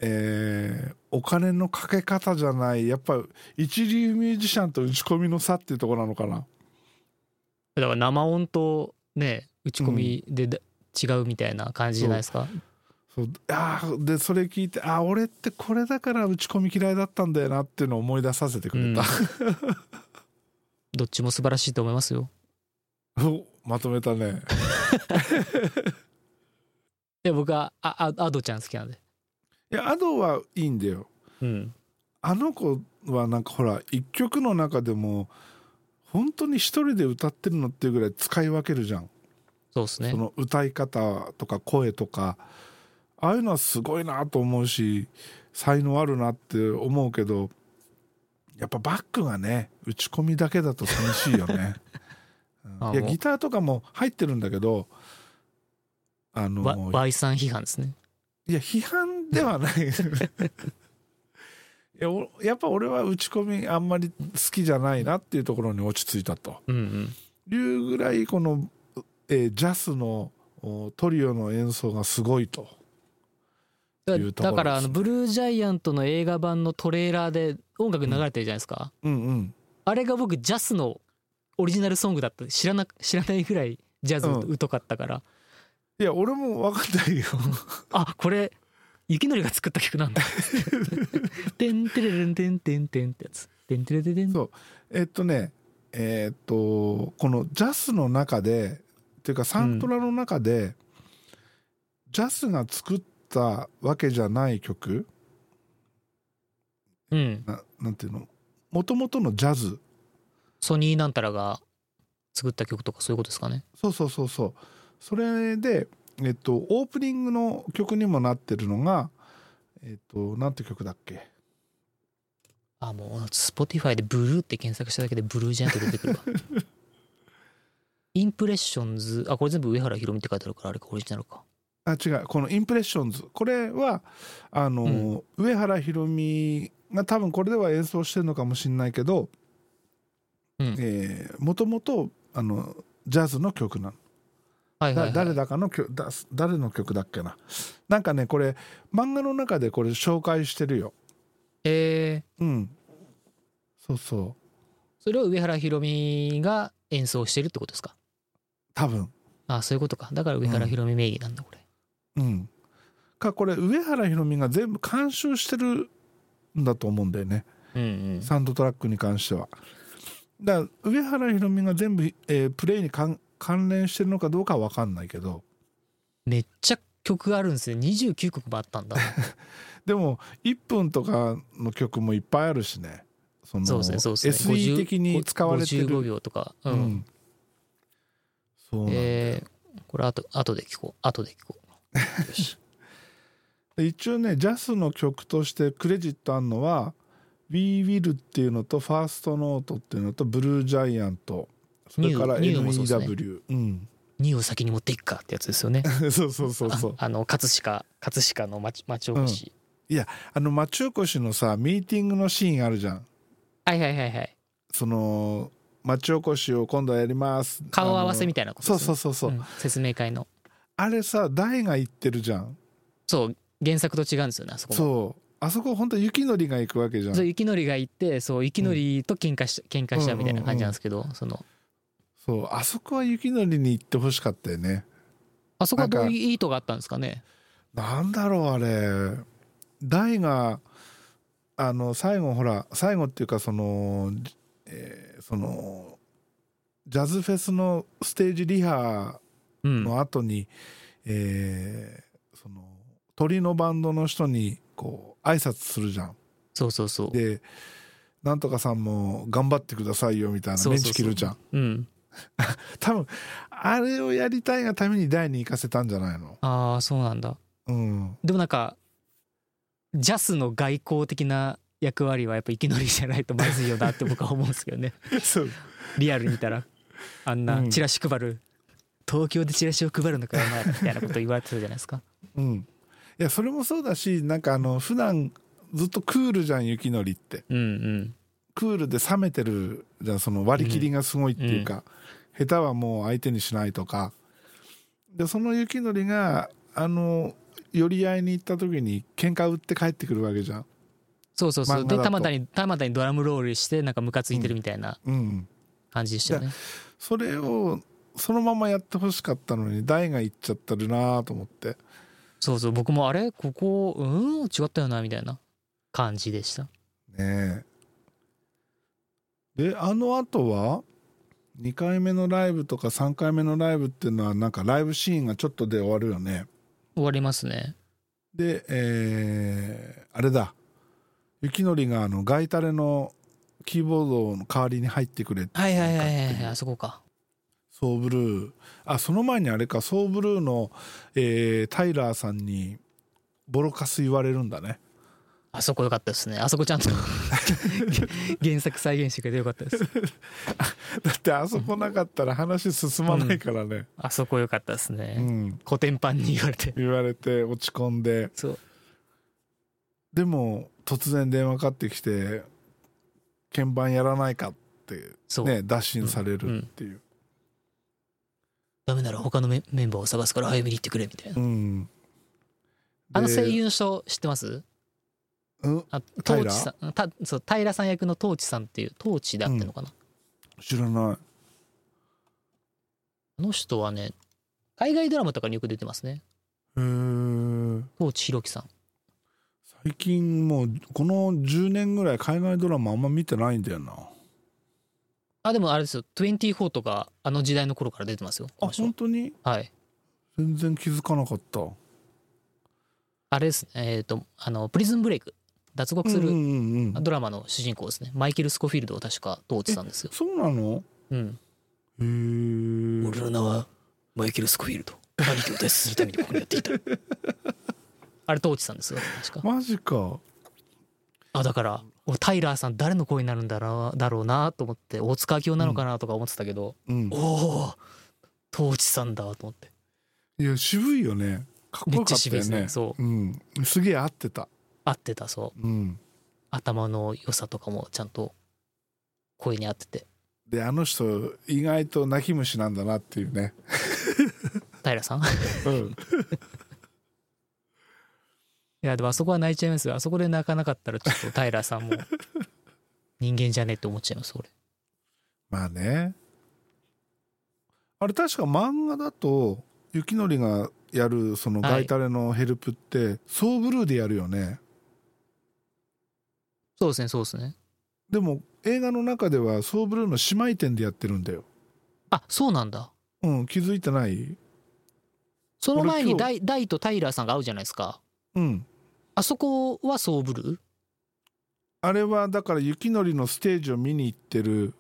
A: えーお金のかけ方じゃないやっぱ一流ミュージシャンと打ち込みの差っていうところなのかな
B: だから生音とね、打ち込みでだ、違うみたいな感じじゃないですか。
A: そうあーでそれ聞いてあー俺ってこれだから打ち込み嫌いだったんだよなっていうのを思い出させてくれた、
B: どっちも素晴らしいと思いますよ。
A: お まとめたね
B: で、僕は、あ、あ、アドちゃん好きなんで。
A: いやアドはいいんだよ
B: うん。
A: あの子はなんかほら一曲の中でも本当に一人で歌ってるのっていうぐらい使い分けるじゃん、
B: そうですね
A: そ。の歌い方とか声とかああいうのはすごいなと思うし才能あるなって思うけどやっぱバックがね打ち込みだけだと寂しいよ ね。
B: あ
A: うんいや
B: もう
A: ギターとかも入ってるんだけどあの
B: わ、Y さん批判ですね。
A: いや批判ではない いやおやっぱ俺は打ち込みあんまり好きじゃないなっていうところに落ち着いたと
B: うんうん。
A: いうぐらいこの、えージャスのおトリオの演奏がすごいと
B: だ
A: いうところですね
B: だからあのブルージャイアントの映画版のトレーラーで音楽流れてるじゃないですか、
A: うんうん
B: あれが僕ジャスのオリジナルソングだった知らな知らないぐらいジャズ
A: う
B: 疎かったから、
A: いや俺も分かんないよ
B: あこれ雪のりが作った曲なん だ「てんてれれんてんてんてん」ってやつ「てんてれれれん」
A: そうえっとねえーっとこのジャスの中でっていうかサントラの中で、ジャスが作ったわけじゃない曲
B: うん
A: ななんていうのもともとのジャズ
B: ソニーなんたらが作った曲とかそういうことですかね
A: そうそうそうそうそれで、えっと、オープニングの曲にもなってるのがえっとなんて曲だっけ
B: あもう Spotify で「ブルー」って検索しただけで「ブルージャイアント」出てくる わインプレッションズあこれ全部上原ひろみって書いてあるからあれかオリジナルか
A: あ違うこの「インプレッションズ」これはあの、上原ひろみが多分これでは演奏してるのかもしれないけど、
B: うん
A: えーもともとあのジャズの曲なの
B: はい
A: だ
B: はい、はい、
A: 誰だかの曲だ誰の曲だっけななんかねこれ漫画の中でこれ紹介してるよ
B: えー
A: うんそうそう
B: それを上原ひろみが演奏してるってことですか
A: 多分
B: あそういうことかだから上原ひろみ名義なんだこれ、
A: うんかこれ上原ひろみが全部監修してるんだと思うんだよね
B: うんうん、
A: サウンドトラックに関してはだから上原ひろみが全部、えープレイに関関連してるのかどうかは分かんないけど
B: めっちゃ曲があるんですね29曲もあった んだ
A: でも1分とかの曲もいっぱいあるしねその
B: そうですねそうですね
A: SE 的に使われて
B: 55
A: る、
B: 秒とかう、
A: うんん、そうなんだよ
B: えーこれあと後で聞こう後で聞こうよし
A: 一応ねジャスの曲としてクレジットあんのは「WeWill」っていうのと「ファーストノートっていうのと「ブルージャイアントそれから「
B: ニューニューもそうです
A: NEW」うん
B: 2を先に持っていくかってやつですよね
A: そうそうそう そう
B: ああの葛飾葛飾の町町おこし、
A: あの町おこしのさミーティングのシーンあるじゃん
B: はいはいはいはい
A: その町おこしを今度はやります
B: 顔合わせみ
A: たい
B: たいなこと
A: そう
B: です
A: そ
B: ね
A: うそうそう、
B: ん説明会の
A: あれさ大が言ってるじゃん
B: そう原作と違うんですよねあそこも
A: そうあそこ本当雪のりが行くわけじゃ
B: そうん雪のりが行ってそう雪のりと喧嘩し喧嘩したみたいな感じなんですけど、その
A: そうあそこは雪のりに行ってほしかったよね
B: あそこはど
A: な
B: うん
A: か
B: いう意図があったんですかね
A: なんだろうあれ大があの最後ほら最後っていうかその、えーそのジャズフェスのステージリハ
B: うん
A: の後に、えーその鳥のバンドの人にこう挨拶するじゃん。
B: そうそうそう
A: でなんとかさんも頑張ってくださいよみたいな
B: そ
A: メ
B: う
A: ン
B: そうそう
A: チ切るじゃん
B: うん
A: 多分あれをやりたいがために大に行かせたんじゃないの
B: ああそうなんだ
A: うん
B: でもなんかジャスの外交的な役割はやっぱ雪のりじゃないとまずいよなって僕は思うんですけ どね
A: そう
B: リアルに見たらあん
A: う
B: なんチラシ配る、東京でチラシを配るのかお前らみたいなこと言われてたじゃないですか
A: うん、いやそれもそうだしなんかあの普段ずっとクールじゃん雪のりって
B: うんうん
A: クールで冷めてるじゃんその割り切りがすごいっていうか、下手はもう相手にしないとかでその雪のりがあの寄り合いに行った時に喧嘩売って帰ってくるわけじゃん、
B: そうそうそうで
A: 漫画だと
B: 玉田に玉田にドラムロールしてなんかムカついてるみたいな
A: うん、
B: 感じでしたよね、
A: それをそのままやってほしかったのに大が行っちゃってるなと思って
B: そうそう僕もあれここうん違ったよなみたいな感じでした
A: ねえであのあとは2回目のライブとか3回目のライブっていうのはなんかライブシーンがちょっとで終わるよね
B: 終わりますね
A: でえーあれだ雪のりがあのガイタレのキーボードの代わりに入ってくれ
B: はいはいはいはい、はい、あそこか
A: ソーブルーあその前にあれかソーブルーの、えータイラーさんにボロカス言われるんだね
B: あそこ良かったですねあそこちゃんと原作再現してくれて良かったです
A: だってあそこなかったら話進まないからね、
B: あそこ良かったです
A: う
B: ね
A: ん、
B: 古典版に言われて
A: 言われて落ち込んで
B: そう
A: でも突然電話かかってきて鍵盤やらないかって
B: そう、
A: ね打診されるっていう、
B: ダメなら他のメメンバーを探すから早めに行ってくれみたいな
A: うん
B: あの
A: で
B: 声優の人知ってます
A: うん
B: あトーチさんたそう平さん役のトーチさんっていうトーチだってんのかな、
A: 知らない
B: あの人はね海外ドラマとかによく出てますね
A: へー
B: トーチひろきさん
A: 最近もうこの10年ぐらい海外ドラマあんま見てないんだよな
B: あでもあれですよ24とかあの時代の頃から出てますよこ
A: あ
B: の人
A: 本当に
B: はい
A: 全然気づかなかった
B: あれですねえっ、とあのプリズンブレイク脱獄す
A: うん
B: る
A: うんうん
B: ドラマの主人公ですね、マイケル・スコフィールドを確か通ってたんですよ、
A: そうなの
B: うん、
A: へー
B: の名はマイケル・スコフィールド兄貴を脱出するためにここにやっていたあれ通ってたんですよ確か
A: マジか
B: あだから俺タイラーさん誰の声になるんだろうだろうなと思って大塚明夫なのかなとか思ってたけど、
A: うん
B: おおトーチさんだと思って
A: いや渋いよねかっこ
B: めっ
A: よ
B: ち
A: かった
B: ゃ渋い
A: よ
B: ですね
A: ね
B: そう
A: うんすげえ合ってた
B: 合ってたそう
A: うん
B: 頭の良さとかもちゃんと声に合ってて
A: であの人意外と泣き虫なんだなっていうね、
B: 平さん い
A: うん、
B: やでもあそこは泣いちゃいますよあそこで泣かなかったらちょっと平さんも 人間じゃねえって思っちゃいます俺
A: まあねあれ確か漫画だと雪のりがやるその
B: はい
A: ガイタレのヘルプってソーブルーでやるよね、
B: そうですねそうですね
A: でも映画の中ではソーブルーの姉妹店でやってるんだよ
B: あそうなんだ
A: うん気づいてない
B: その前
A: 俺
B: に
A: 今
B: ダイダイとタイラーさんが会うじゃないですか
A: うん
B: あそこはソーブルー
A: あれはだから雪のりのステージを見に行ってる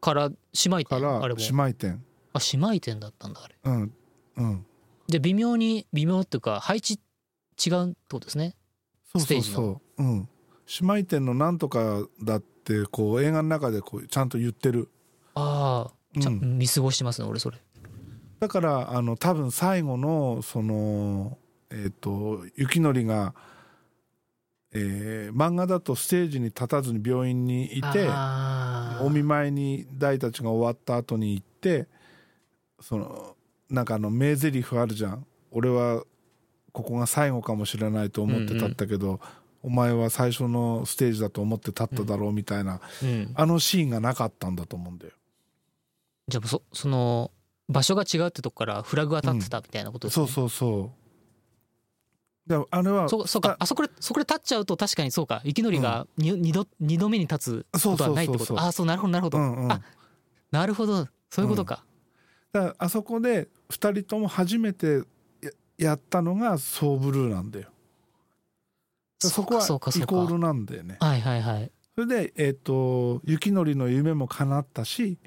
B: から姉妹
A: か
B: 店
A: ら
B: あれも
A: 姉妹店
B: あ姉妹店だったんだあれ
A: うんうん
B: じゃあ微妙に微妙っていうか配置違うってことですね
A: そう
B: ス
A: そ
B: テー
A: う
B: ジ
A: そううん姉妹店のなんとかだってこう映画の中でこうちゃんと言ってる
B: ああちゃ、
A: うん
B: 見過ごしてますね俺それ
A: だからあの多分最後のそのえっ、と雪のりが、えー漫画だとステージに立たずに病院にいて
B: あー
A: お見舞いに大たちが終わった後に行ってそのなんかあの名台詞あるじゃん俺はここが最後かもしれないと思って立ったけど、お前は最初のステージだと思って立っただろうみたいな、
B: うん、
A: あのシーンがなかったんだと思うんだよ。
B: じゃあもうそその場所が違うってとこからフラグが立ってたみたいなことです
A: そ
B: ね、
A: うそうそう。であれは
B: そうそうかあそこでそこで立っちゃうと確かにそうか生きのりがに二度二度目に立つ
A: そ
B: こ
A: うそ
B: とは
A: う
B: ないって
A: そう
B: こと
A: そう。
B: ああそうなるほどなるほど、
A: うんうん
B: あなるほどそういうことか、
A: だからあそこで2人とも初めてややったのがソーブルーなんだよそこは
B: そうかそう
A: イコ
B: かそ
A: ー
B: うか
A: ルなんだよね
B: はいはいはい
A: それでえっ、と雪のりの夢も叶ったし、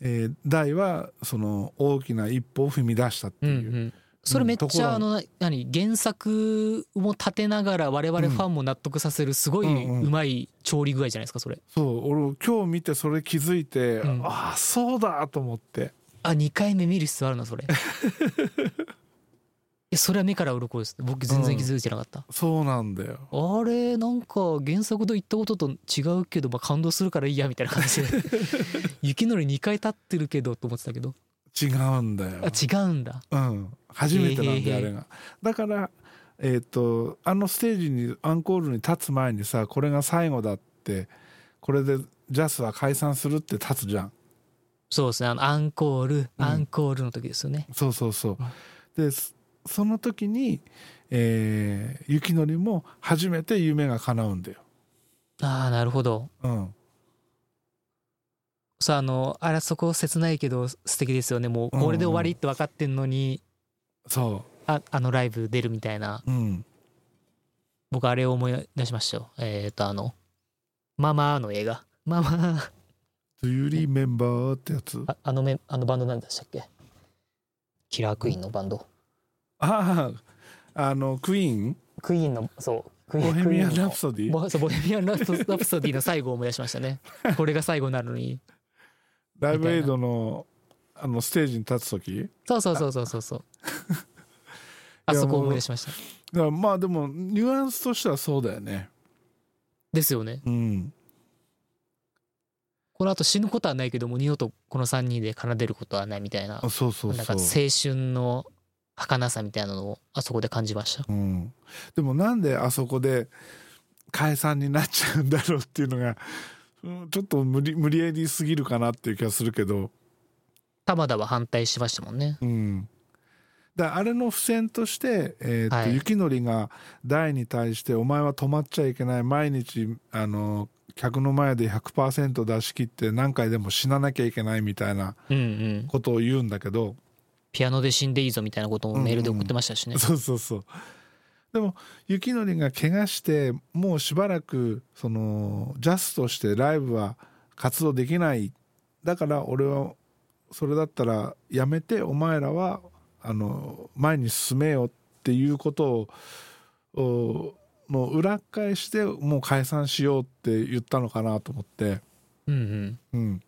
A: えー、大はその大きな一歩を踏み出したって
B: うんう
A: いう、
B: んそれめっ
A: とこ
B: ち
A: ろ
B: ゃあのな何原作も立てながら我々
A: うん
B: ファンも納得させるすご
A: うんうん
B: いうまい調理具合じゃないですかそれ
A: そう俺今日見てそれ気づいて、
B: うん
A: ああそうだと思って
B: あ二回目見る必要あるなそれ いやそれは目から鱗です僕全然気づいてなかった、
A: そうなんだよ
B: あれなんか原作と言ったことと違うけど、まあ、感動するからいいやみたいな感 じで雪のり2回立ってるけどと思ってたけど
A: 違うんだよ
B: あ違うんだ
A: うん、初めてなんだよ
B: へーへー
A: あれが。だから、えー、とあのステージにアンコールに立つ前にさこれが最後だってこれでジャスは解散するって立つじゃん。
B: そうですねあのアンコール、
A: うん
B: アンコールの時ですよね
A: そうそうそう。でそその時に、えー、雪のりも初めて夢が叶うんだよ。
B: ああなるほど
A: うん、
B: さああのあらそこ切ないけど素敵ですよねもうこれで終わりって分かってんのに、
A: そ
B: ああのライブ出るみたいな
A: う、うん、
B: 僕あれを思い出しましたよえっ、とあの「ママ」の映画「ママ
A: Do you remember ってやつ」
B: ああのめあのバンド何でしたっけキラークイーンのバンド、
A: あああのクイーン
B: クイーンのそうクイー
A: ボ
B: ン
A: ヘミアン・
B: クイーン
A: ラ
B: の
A: プソディ
B: ボそうボヘミアンラプソラプソディの最後を思い出しまし たねこれが最後なのに
A: ライブエイドのあのステージに立つ時
B: そうそうそうそうそ うそうあ
A: いや
B: そこを
A: もう
B: 思い出しました
A: だからまあでもニュアンスとしてはそうだよね。
B: ですよね
A: うん、
B: この後死ぬことはないけどもう二度とこの3人で奏でることはないみたいな
A: あそうそう
B: なん
A: そ
B: か
A: う
B: 青。春の儚さみたいなのをあそこで感じました
A: うん、でもなんであそこで解散になっちゃうんだろうっていうのが、うん、ちょっと無理無理やりすぎるかなっていう気がするけど、
B: 玉田は反対しましたもんね
A: うん、だあれの付箋として、えーっと
B: はい
A: 雪のりが大に対して「お前は止まっちゃいけない毎日あの客の前で100%出し切って何回でも死ななきゃいけない」みたいな
B: うんうん
A: ことを言うんだけど。
B: ピアノで死んでいいぞみたいなこともメールで送ってましたしね、
A: そうそうそう。でも雪のりが怪我してもうしばらくそのジャスとしてライブは活動できないだから俺はそれだったらやめてお前らはあの前に進めよっていうことをおの裏返してもう解散しようって言ったのかなと思って、
B: うんうん
A: うん、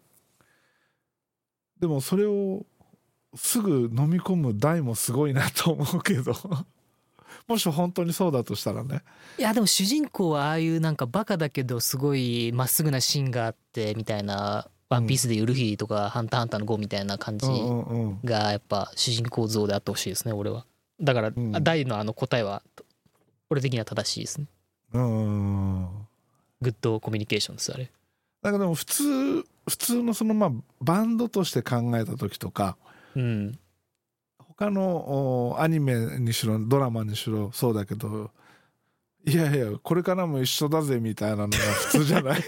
A: でもそれをすぐ飲み込む大もすごいなと思うけど もし本当にそうだとしたらね
B: いやでも主人公はああいうなんかバカだけどすごいまっすぐなシーンがあってみたいな「ワンピースで「ゆるひ」とか「ハンターハンター」の5みたいな感じ
A: うんうんうん
B: がやっぱ主人公像であってほしいですね俺はだから
A: ん
B: 大のあの答えは俺的には正しいですね
A: うんうん
B: グッドコミュニケーションですあれ
A: だからでも普通普通のそのまあバンドとして考えた時とか
B: うん
A: 他のおアニメにしろドラマにしろそうだけどいやいやこれからも一緒だぜみたいなのが普通じゃない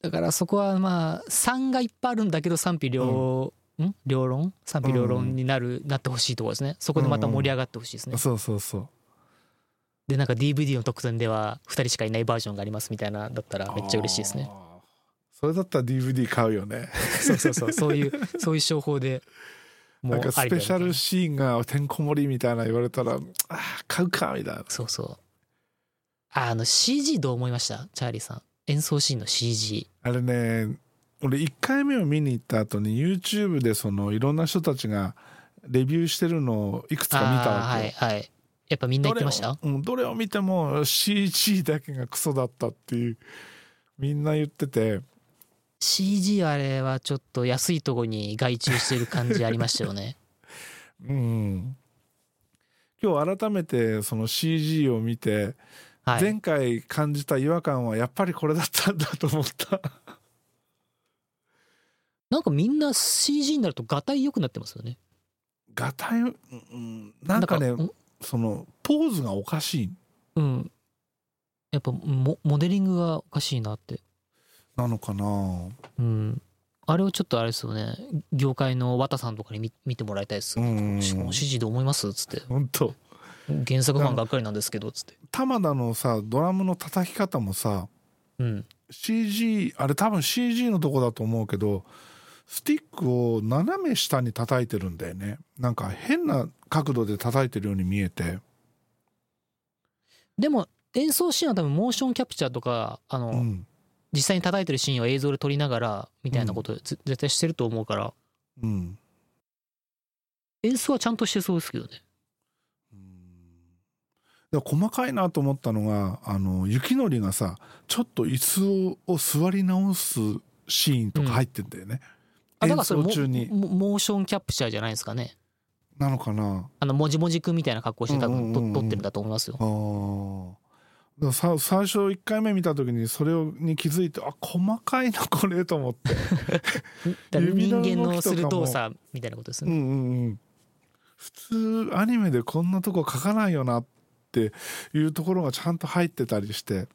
B: だからそこはまあ3がいっぱいあるんだけど賛否両ん両論賛否両論になる、なってほしいところですねそこでまた盛り上がってほしいですね、
A: そうそうそう
B: でなんか DVD の特典では2人しかいないバージョンがありますみたいなだったらめっちゃ嬉しいですね
A: あーそれだったら DVD 買うよね
B: そうそうそうそう いうそういう商法でも
A: なんか
B: あ
A: ス
B: りだ
A: ペ
B: よ
A: シャルシーンがてんこ盛りみたいな言われたらあー買うかみたいな
B: そうそうああの CG どう思いましたチャーリーさん演奏シーンの CG
A: あれね俺1回目を見に行った後に YouTube でそのいろんな人たちがレビューしてるのをいくつか見た
B: ああ
A: わ
B: ー
A: け
B: はい
A: よ
B: はいやっぱみんな言ってました
A: どれ,、うん、どれを見ても CG だけがクソだったっていうみんな言ってて
B: CG あれはちょっと安いとこに外注してる感じありました よね
A: うん今日改めてその CG を見て、
B: はい
A: 前回感じた違和感はやっぱりこれだったんだと思った
B: なんかみんな CG になるとがたい良くなってますよね
A: がたい、うん、なんかね
B: だら
A: そのポーズがおかしい
B: うんやっぱモモデリングがおかしいなって
A: なのかな
B: うんあれをちょっとあれですよね業界の綿さんとかに見見てもらいたいです、
A: うん
B: しこの CG どう思いますっつって
A: 本当
B: 原作ファンがっかりなんですけどっつって
A: 玉田のさドラムの叩き方もさ
B: うん
A: CG あれ多分 CG のとこだと思うけどスティックを斜め下に叩いてるんだよねなんか変な角度で叩いてるように見えて
B: でも演奏シーンは多分モーションキャプチャーとかあの、
A: うん
B: 実際に叩いてるシーンを映像で撮りながらみたいなことをず絶対してると思うから
A: うん
B: 演奏はちゃんとしてそうですけどね
A: で細かいなと思ったのがあの雪のりがさちょっと椅子をを座り直すシーンとか入ってんだよね、
B: あだか
A: 演
B: らそれ
A: 奏
B: モ
A: 中に
B: モモーションキャプチャーじゃないですかね
A: なのかな
B: あのもじもじくんみたいな格好して多分と
A: うんうんうんうん
B: 撮ってるんだと思いますよ
A: あーだからさ最初1回目見た時にそれをに気づいてあ細かいなこれと思って
B: だから
A: 指の動
B: 人
A: きとかも
B: 間のする動作みたいなことです
A: う
B: ね、
A: んうんうん普通アニメでこんなとこ書かないよなっていうところがちゃんと入ってたりして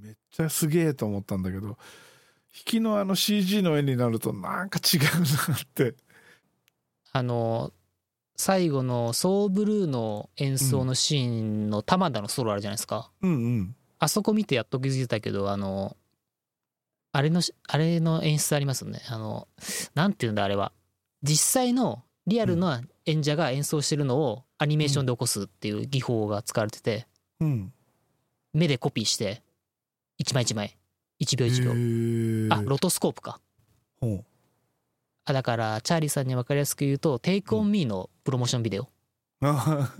A: めっちゃすげえと思ったんだけど引きのあの CG の絵になるとなんか違うなって
B: あの最後の「ソーブルー」の演奏のシーンの玉田のソロあるじゃないですか、
A: うんうん
B: あそこ見てやっと気づいたけどあのあれのしあれの演出ありますよねあのなんていうんだあれは実際のリアルな演者が演奏してるのをアニメーションで起こすっていう技法が使われてて
A: うん
B: 目でコピーして一枚一枚1秒
A: へ
B: 1秒
A: ー
B: あロトスコープか
A: ほう
B: あだからチャーリーさんに分かりやすく言うと「Take on Me」のプロモーションビデオ
A: あ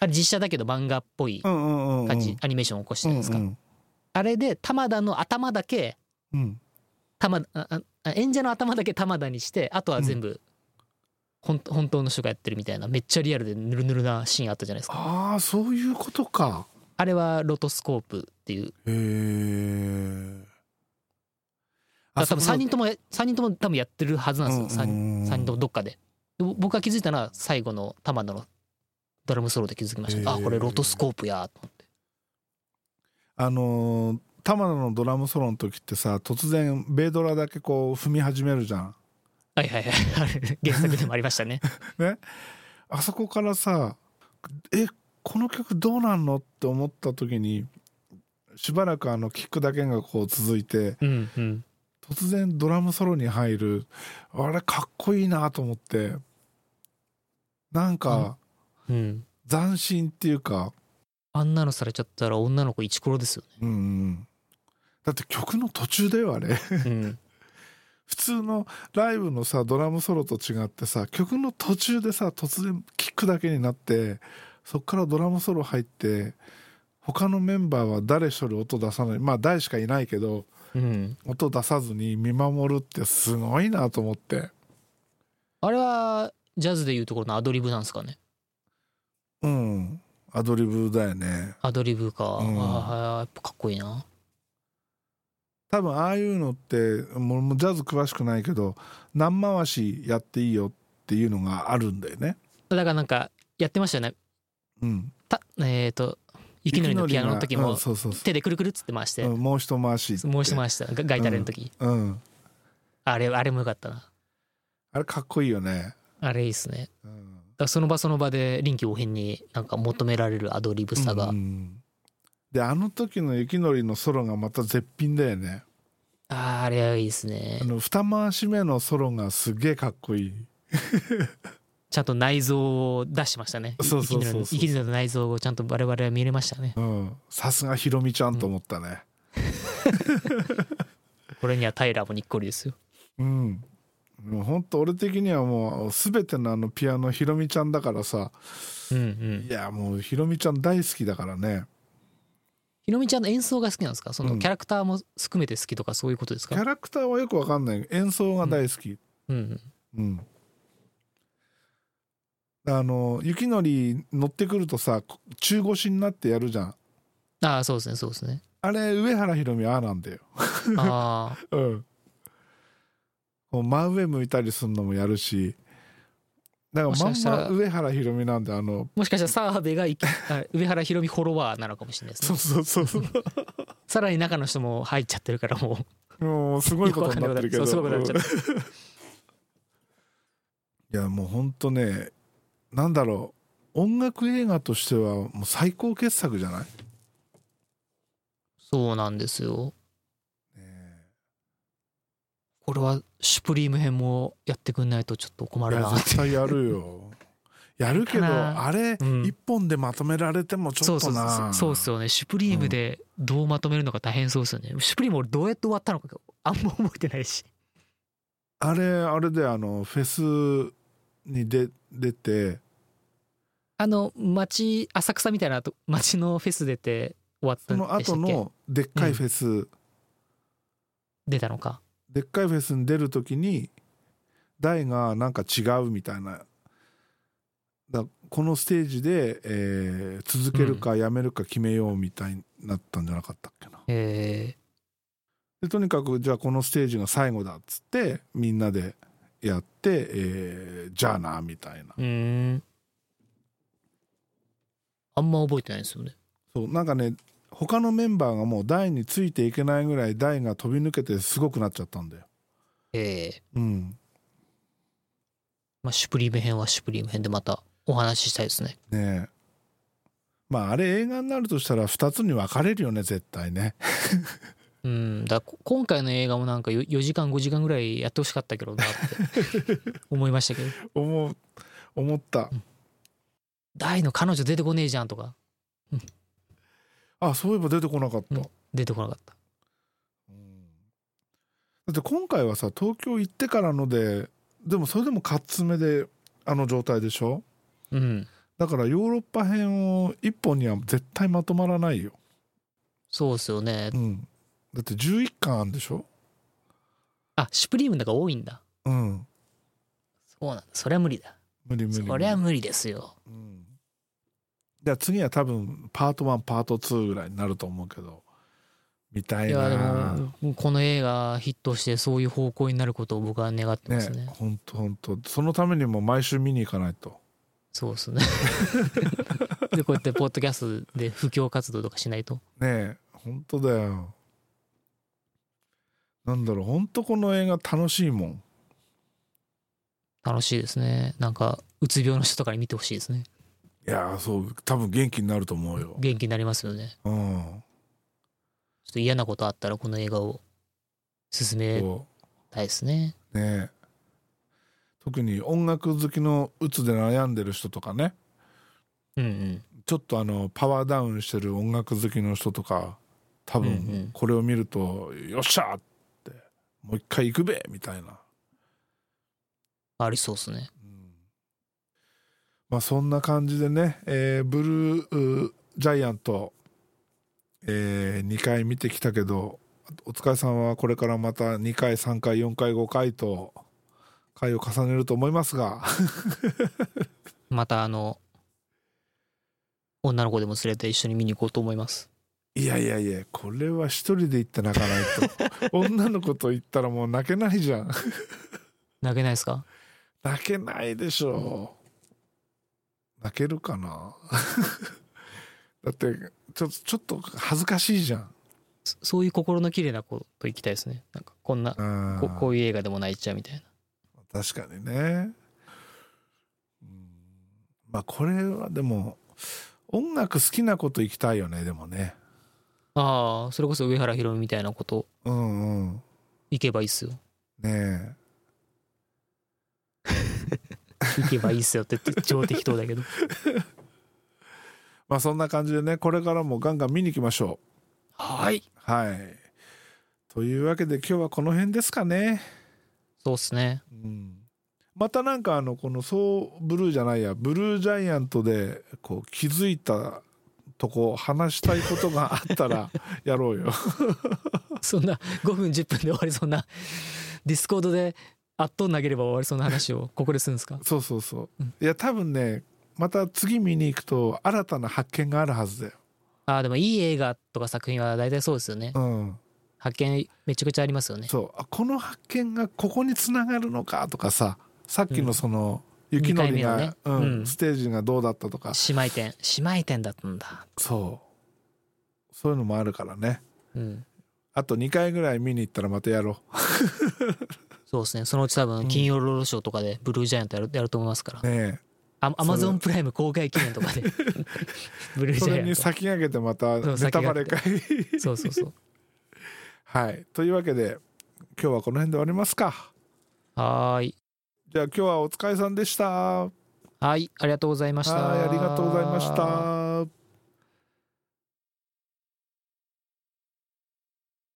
B: あれ実写だけど漫画っぽい
A: うんうんうんうん
B: 感じアニメーションを起こして
A: う
B: るん
A: ん
B: ですか
A: うん
B: あれで玉田の頭だけ
A: うん
B: 玉あああ演者の頭だけ玉田にしてあとは全部、ほん、本当の人がやってるみたいなめっちゃリアルでヌルヌルなシーンあったじゃないですか
A: ああそういうことか
B: あれはロトスコープっていう
A: へえ
B: だから多分3人ともや三人とも多分やってるはずなんですよ、三三人ともどっかででぼ僕が気づいたのは最後の玉田のドラムソロで気づきました、
A: へー
B: あこれロトスコープやと思って
A: あのー玉田のドラムソロの時ってさ突然ベイドラだけこう踏み始めるじゃん
B: はいはいはいあれ 原作でもありましたね
A: あそこからさえこの曲どうなんのって思った時にしばらくあのキックだけがこう続いて
B: うんうん
A: 突然ドラムソロに入るあれかっこいいなと思ってなんか
B: うん
A: 斬新っていうか
B: あんなのされちゃったら女の子イチコロですよ
A: うんうんだって曲の途中だよあれ
B: ね、うん、
A: 普通のライブのさドラムソロと違ってさ曲の途中でさ突然キックだけになってそっからドラムソロ入って他のメンバーは誰一人音出さないまあ誰しかいないけど
B: うん、
A: 音出さずに見守るってすごいなと思って
B: あれはジャズでいうところのアドリブなんですかね
A: うんアドリブだよね
B: アドリブか、あ
A: うん
B: あーやっぱかっこいいな
A: 多分ああいうのってもうもうジャズ詳しくないけど何回しやっていいよっていうのがあるんだよね
B: だからなんかやってましたよね
A: うん
B: たえっ、と
A: い
B: 雪のりのピアノの時も
A: そうそうそ
B: 手でくるくるっつって回して、
A: う、うん、もう一回しって
B: もう一回したがガイタレの時、
A: うん
B: あれあれもよかったな
A: あれかっこいいよね、
B: あれいいっすね
A: うん、
B: だからその場その場で臨機応変になんか求められるアドリブさが、
A: うんであの時の雪のりのソロがまた絶品だよね
B: あーあれはいいですね
A: あの二回し目のソロがすげえかっこいい
B: ちゃんと内臓を出してましたね
A: そうそうそうそう
B: 生きてた内臓をちゃんと我々は見れましたね
A: うんさすがひろみちゃんと思ったね
B: これにはタイラーもにっこりですよ
A: うん、もうほんと俺的にはもう全てのあのピアノひろみちゃんだからさ
B: うんう
A: い
B: ん
A: やもうひろみちゃん大好きだからね
B: ひろみちゃんの演奏が好きなんですかそ
A: うん
B: のキャラクターも含めて好きとかそういうことです
A: キ
B: か
A: ャラクターはよくわかんない演奏が大好き
B: うんうん
A: うん、あの雪のり乗ってくるとさこ中腰になってやるじゃん
B: ああそうですねそうです ね
A: あれ上原ひろみああなんだよ
B: ああ
A: うん、こう真上向いたりするのもやるしだから
B: もし
A: ま
B: か
A: ん
B: したら
A: ま上原ひろみなんであの
B: もしかしたら澤部が いきあ上原ひろみフォロワーなのかもしれないです
A: そう
B: ね
A: そうそうそう
B: さらに中の人も入っちゃってるからも
A: もうす
B: う
A: ごいことになってるけど
B: そうすごくなっちゃっ
A: いやもうほんとねなんだろう音楽映画としてはもう最高傑作じゃない、
B: そうなんですよ
A: ね
B: これは「シュプリーム編」もやってくんないとちょっと困
A: い
B: る
A: や
B: なって
A: 絶対やるよやるけど
B: かな
A: あれ
B: うん
A: 一本でまとめられてもち
B: そ
A: ょ
B: う
A: っと
B: そうそう
A: な
B: そうっすよね「シュプリームでどうまとめるのか大変そうですよね「シュプリーム俺どうやって終わったのかあんま覚えてないし
A: あれあれであのフェスに出出て
B: あの町浅草みたいなと町のフェス出て終わった
A: そ
B: んでした
A: の
B: っけ
A: 後のでっかいフェス、
B: 出たのか
A: でっかいフェスに出る時に台がなんか違うみたいなだこのステージで、えー続けるかやめるか決めようみたいになったんじゃなかったっけな、
B: え
A: でとにかくじゃあこのステージが最後だっつってみんなでやって、えーじゃあなみたいな
B: ー、うーんあんま覚えてないですよね
A: そうなんかね他のメンバーがもう台についていけないぐらい台が飛び抜けてすごくなっちゃったんだよ
B: ええ
A: うん
B: まあ、シュプリーム編はシュプリーム編でまたお話ししたいですね
A: ねえまああれ映画になるとしたら2つに分かれるよね絶対ね
B: うんだこ今回の映画もなんかよ 4, 時間5時間ぐらいやってほしかったけどなって 思いましたけど
A: 思う思った
B: 大の彼女出てこねえじゃんとか
A: あそういえば出てこなかった、
B: うん出てこなかった
A: うんだって今回はさ東京行ってからのででもそれでもカッツめであの状態でしょ
B: うん
A: だからヨーロッパ編を一本には絶対まとまらないよ、
B: そうですよね
A: うん、だって11巻あるんでしょ
B: あシュプリームだから多いんだ
A: うん
B: そうなんだそりゃ無理だ
A: 無理無理無理
B: そりゃ無理ですよ
A: うんじゃあ次は多分パート1パート2ぐらいになると思うけど見た
B: い
A: い
B: やで
A: な
B: もこの映画ヒットしてそういう方向になることを僕は願ってますね
A: ねほんとほんとそのためにも毎週見に行かないと
B: そうです ねでこうやってポッドキャストで布教活動とかしないと
A: ねえほんとだよなんだろうほんとこの映画楽しいもん
B: 楽しいですねなんかうつ病の人とかに見てほしいですね
A: いやーそう多分元気になると思うよ
B: 元気になりますよね
A: うん
B: ちょっと嫌なことあったらこの映画を進め
A: そ
B: たいですね
A: うねえ特に音楽好きのうつで悩んでる人とかね
B: うんうん
A: ちょっとあのパワーダウンしてる音楽好きの人とか多
B: うんう
A: 分
B: ん
A: これを見ると「よっしゃ!」って「もう一回行くべ!」みたいな、
B: ありそうですね
A: うんまあそんな感じでね、えーブルーうジャイアント、え2回見てきたけどお疲れさんはこれからまた2回3回4回5回と回を重ねると思いますが
B: またあの女の子でも連れて一緒に見に行こうと思います
A: いやいやいやこれは一人で行って泣か ないと女の子と行ったらもう泣けないじゃん。
B: 泣けないですか
A: 泣けないでしょう泣ける かなだってちょちょっと恥ずかしいじゃん
B: そそういう心の綺麗な子と行きたいですねなんかこんな
A: うん
B: ここういう映画でも泣いちゃうみたいな
A: 確かにね、うん、まあこれはでも音楽好きなこと行きたいよねでもね
B: ああそれこそ上原ひろみみたいなこと
A: うんうん
B: 行けばいいっすよ
A: ね
B: 行けばいいっすよって言って超適当だけど
A: えまあそんな感じでねこれからもガンガン見に行きましょ
B: はい。
A: うはいというわけで今日はこの辺ですかね、
B: そうっすね。
A: うん、またなんかあのこのソーブルーじゃないやブルージャイアントでこう気づいたとこ話したいことがあったらやろ うよ
B: そんな5分10分で終わりそうな、ディスコードであっと投げれば終わりそうな話をここでするんですか
A: そうそうそう、いや多分ねまた次見に行くと新たな発見があるはずだよ
B: ああ、でもいい映画とか作品は大体そうですよね。
A: うん
B: 発見めちゃくちゃありますよね。
A: そうあこの発見がここにつながるのかとかささっき
B: うん
A: のその、雪のりが、
B: 二回
A: う
B: 目のねうんん
A: ステージがどうだったとか
B: 姉妹店、姉妹店だったんだ。
A: そうそういうのもあるからね
B: うん。
A: あと2回ぐらい見に行ったらまたやろ
B: そうですね。そのうち多
A: う
B: 分
A: ん
B: 金曜ロードショーとかでブルージャイアントやるやると思いますから
A: う。ね
B: アア
A: そ
B: マ
A: れ
B: ゾンプライム公開記念とか でブ
A: え
B: ルージ
A: そ
B: ャイ
A: れ
B: アン
A: に
B: ト。
A: 先駆けてまた
B: そう
A: ネタバレ会
B: そうそうそう。
A: はいというわけで今日はこの辺で終わりますか
B: はーい。
A: じゃあ今日はお疲れさんでした
B: はい、ありがとうございました。
A: はいありがとうございました。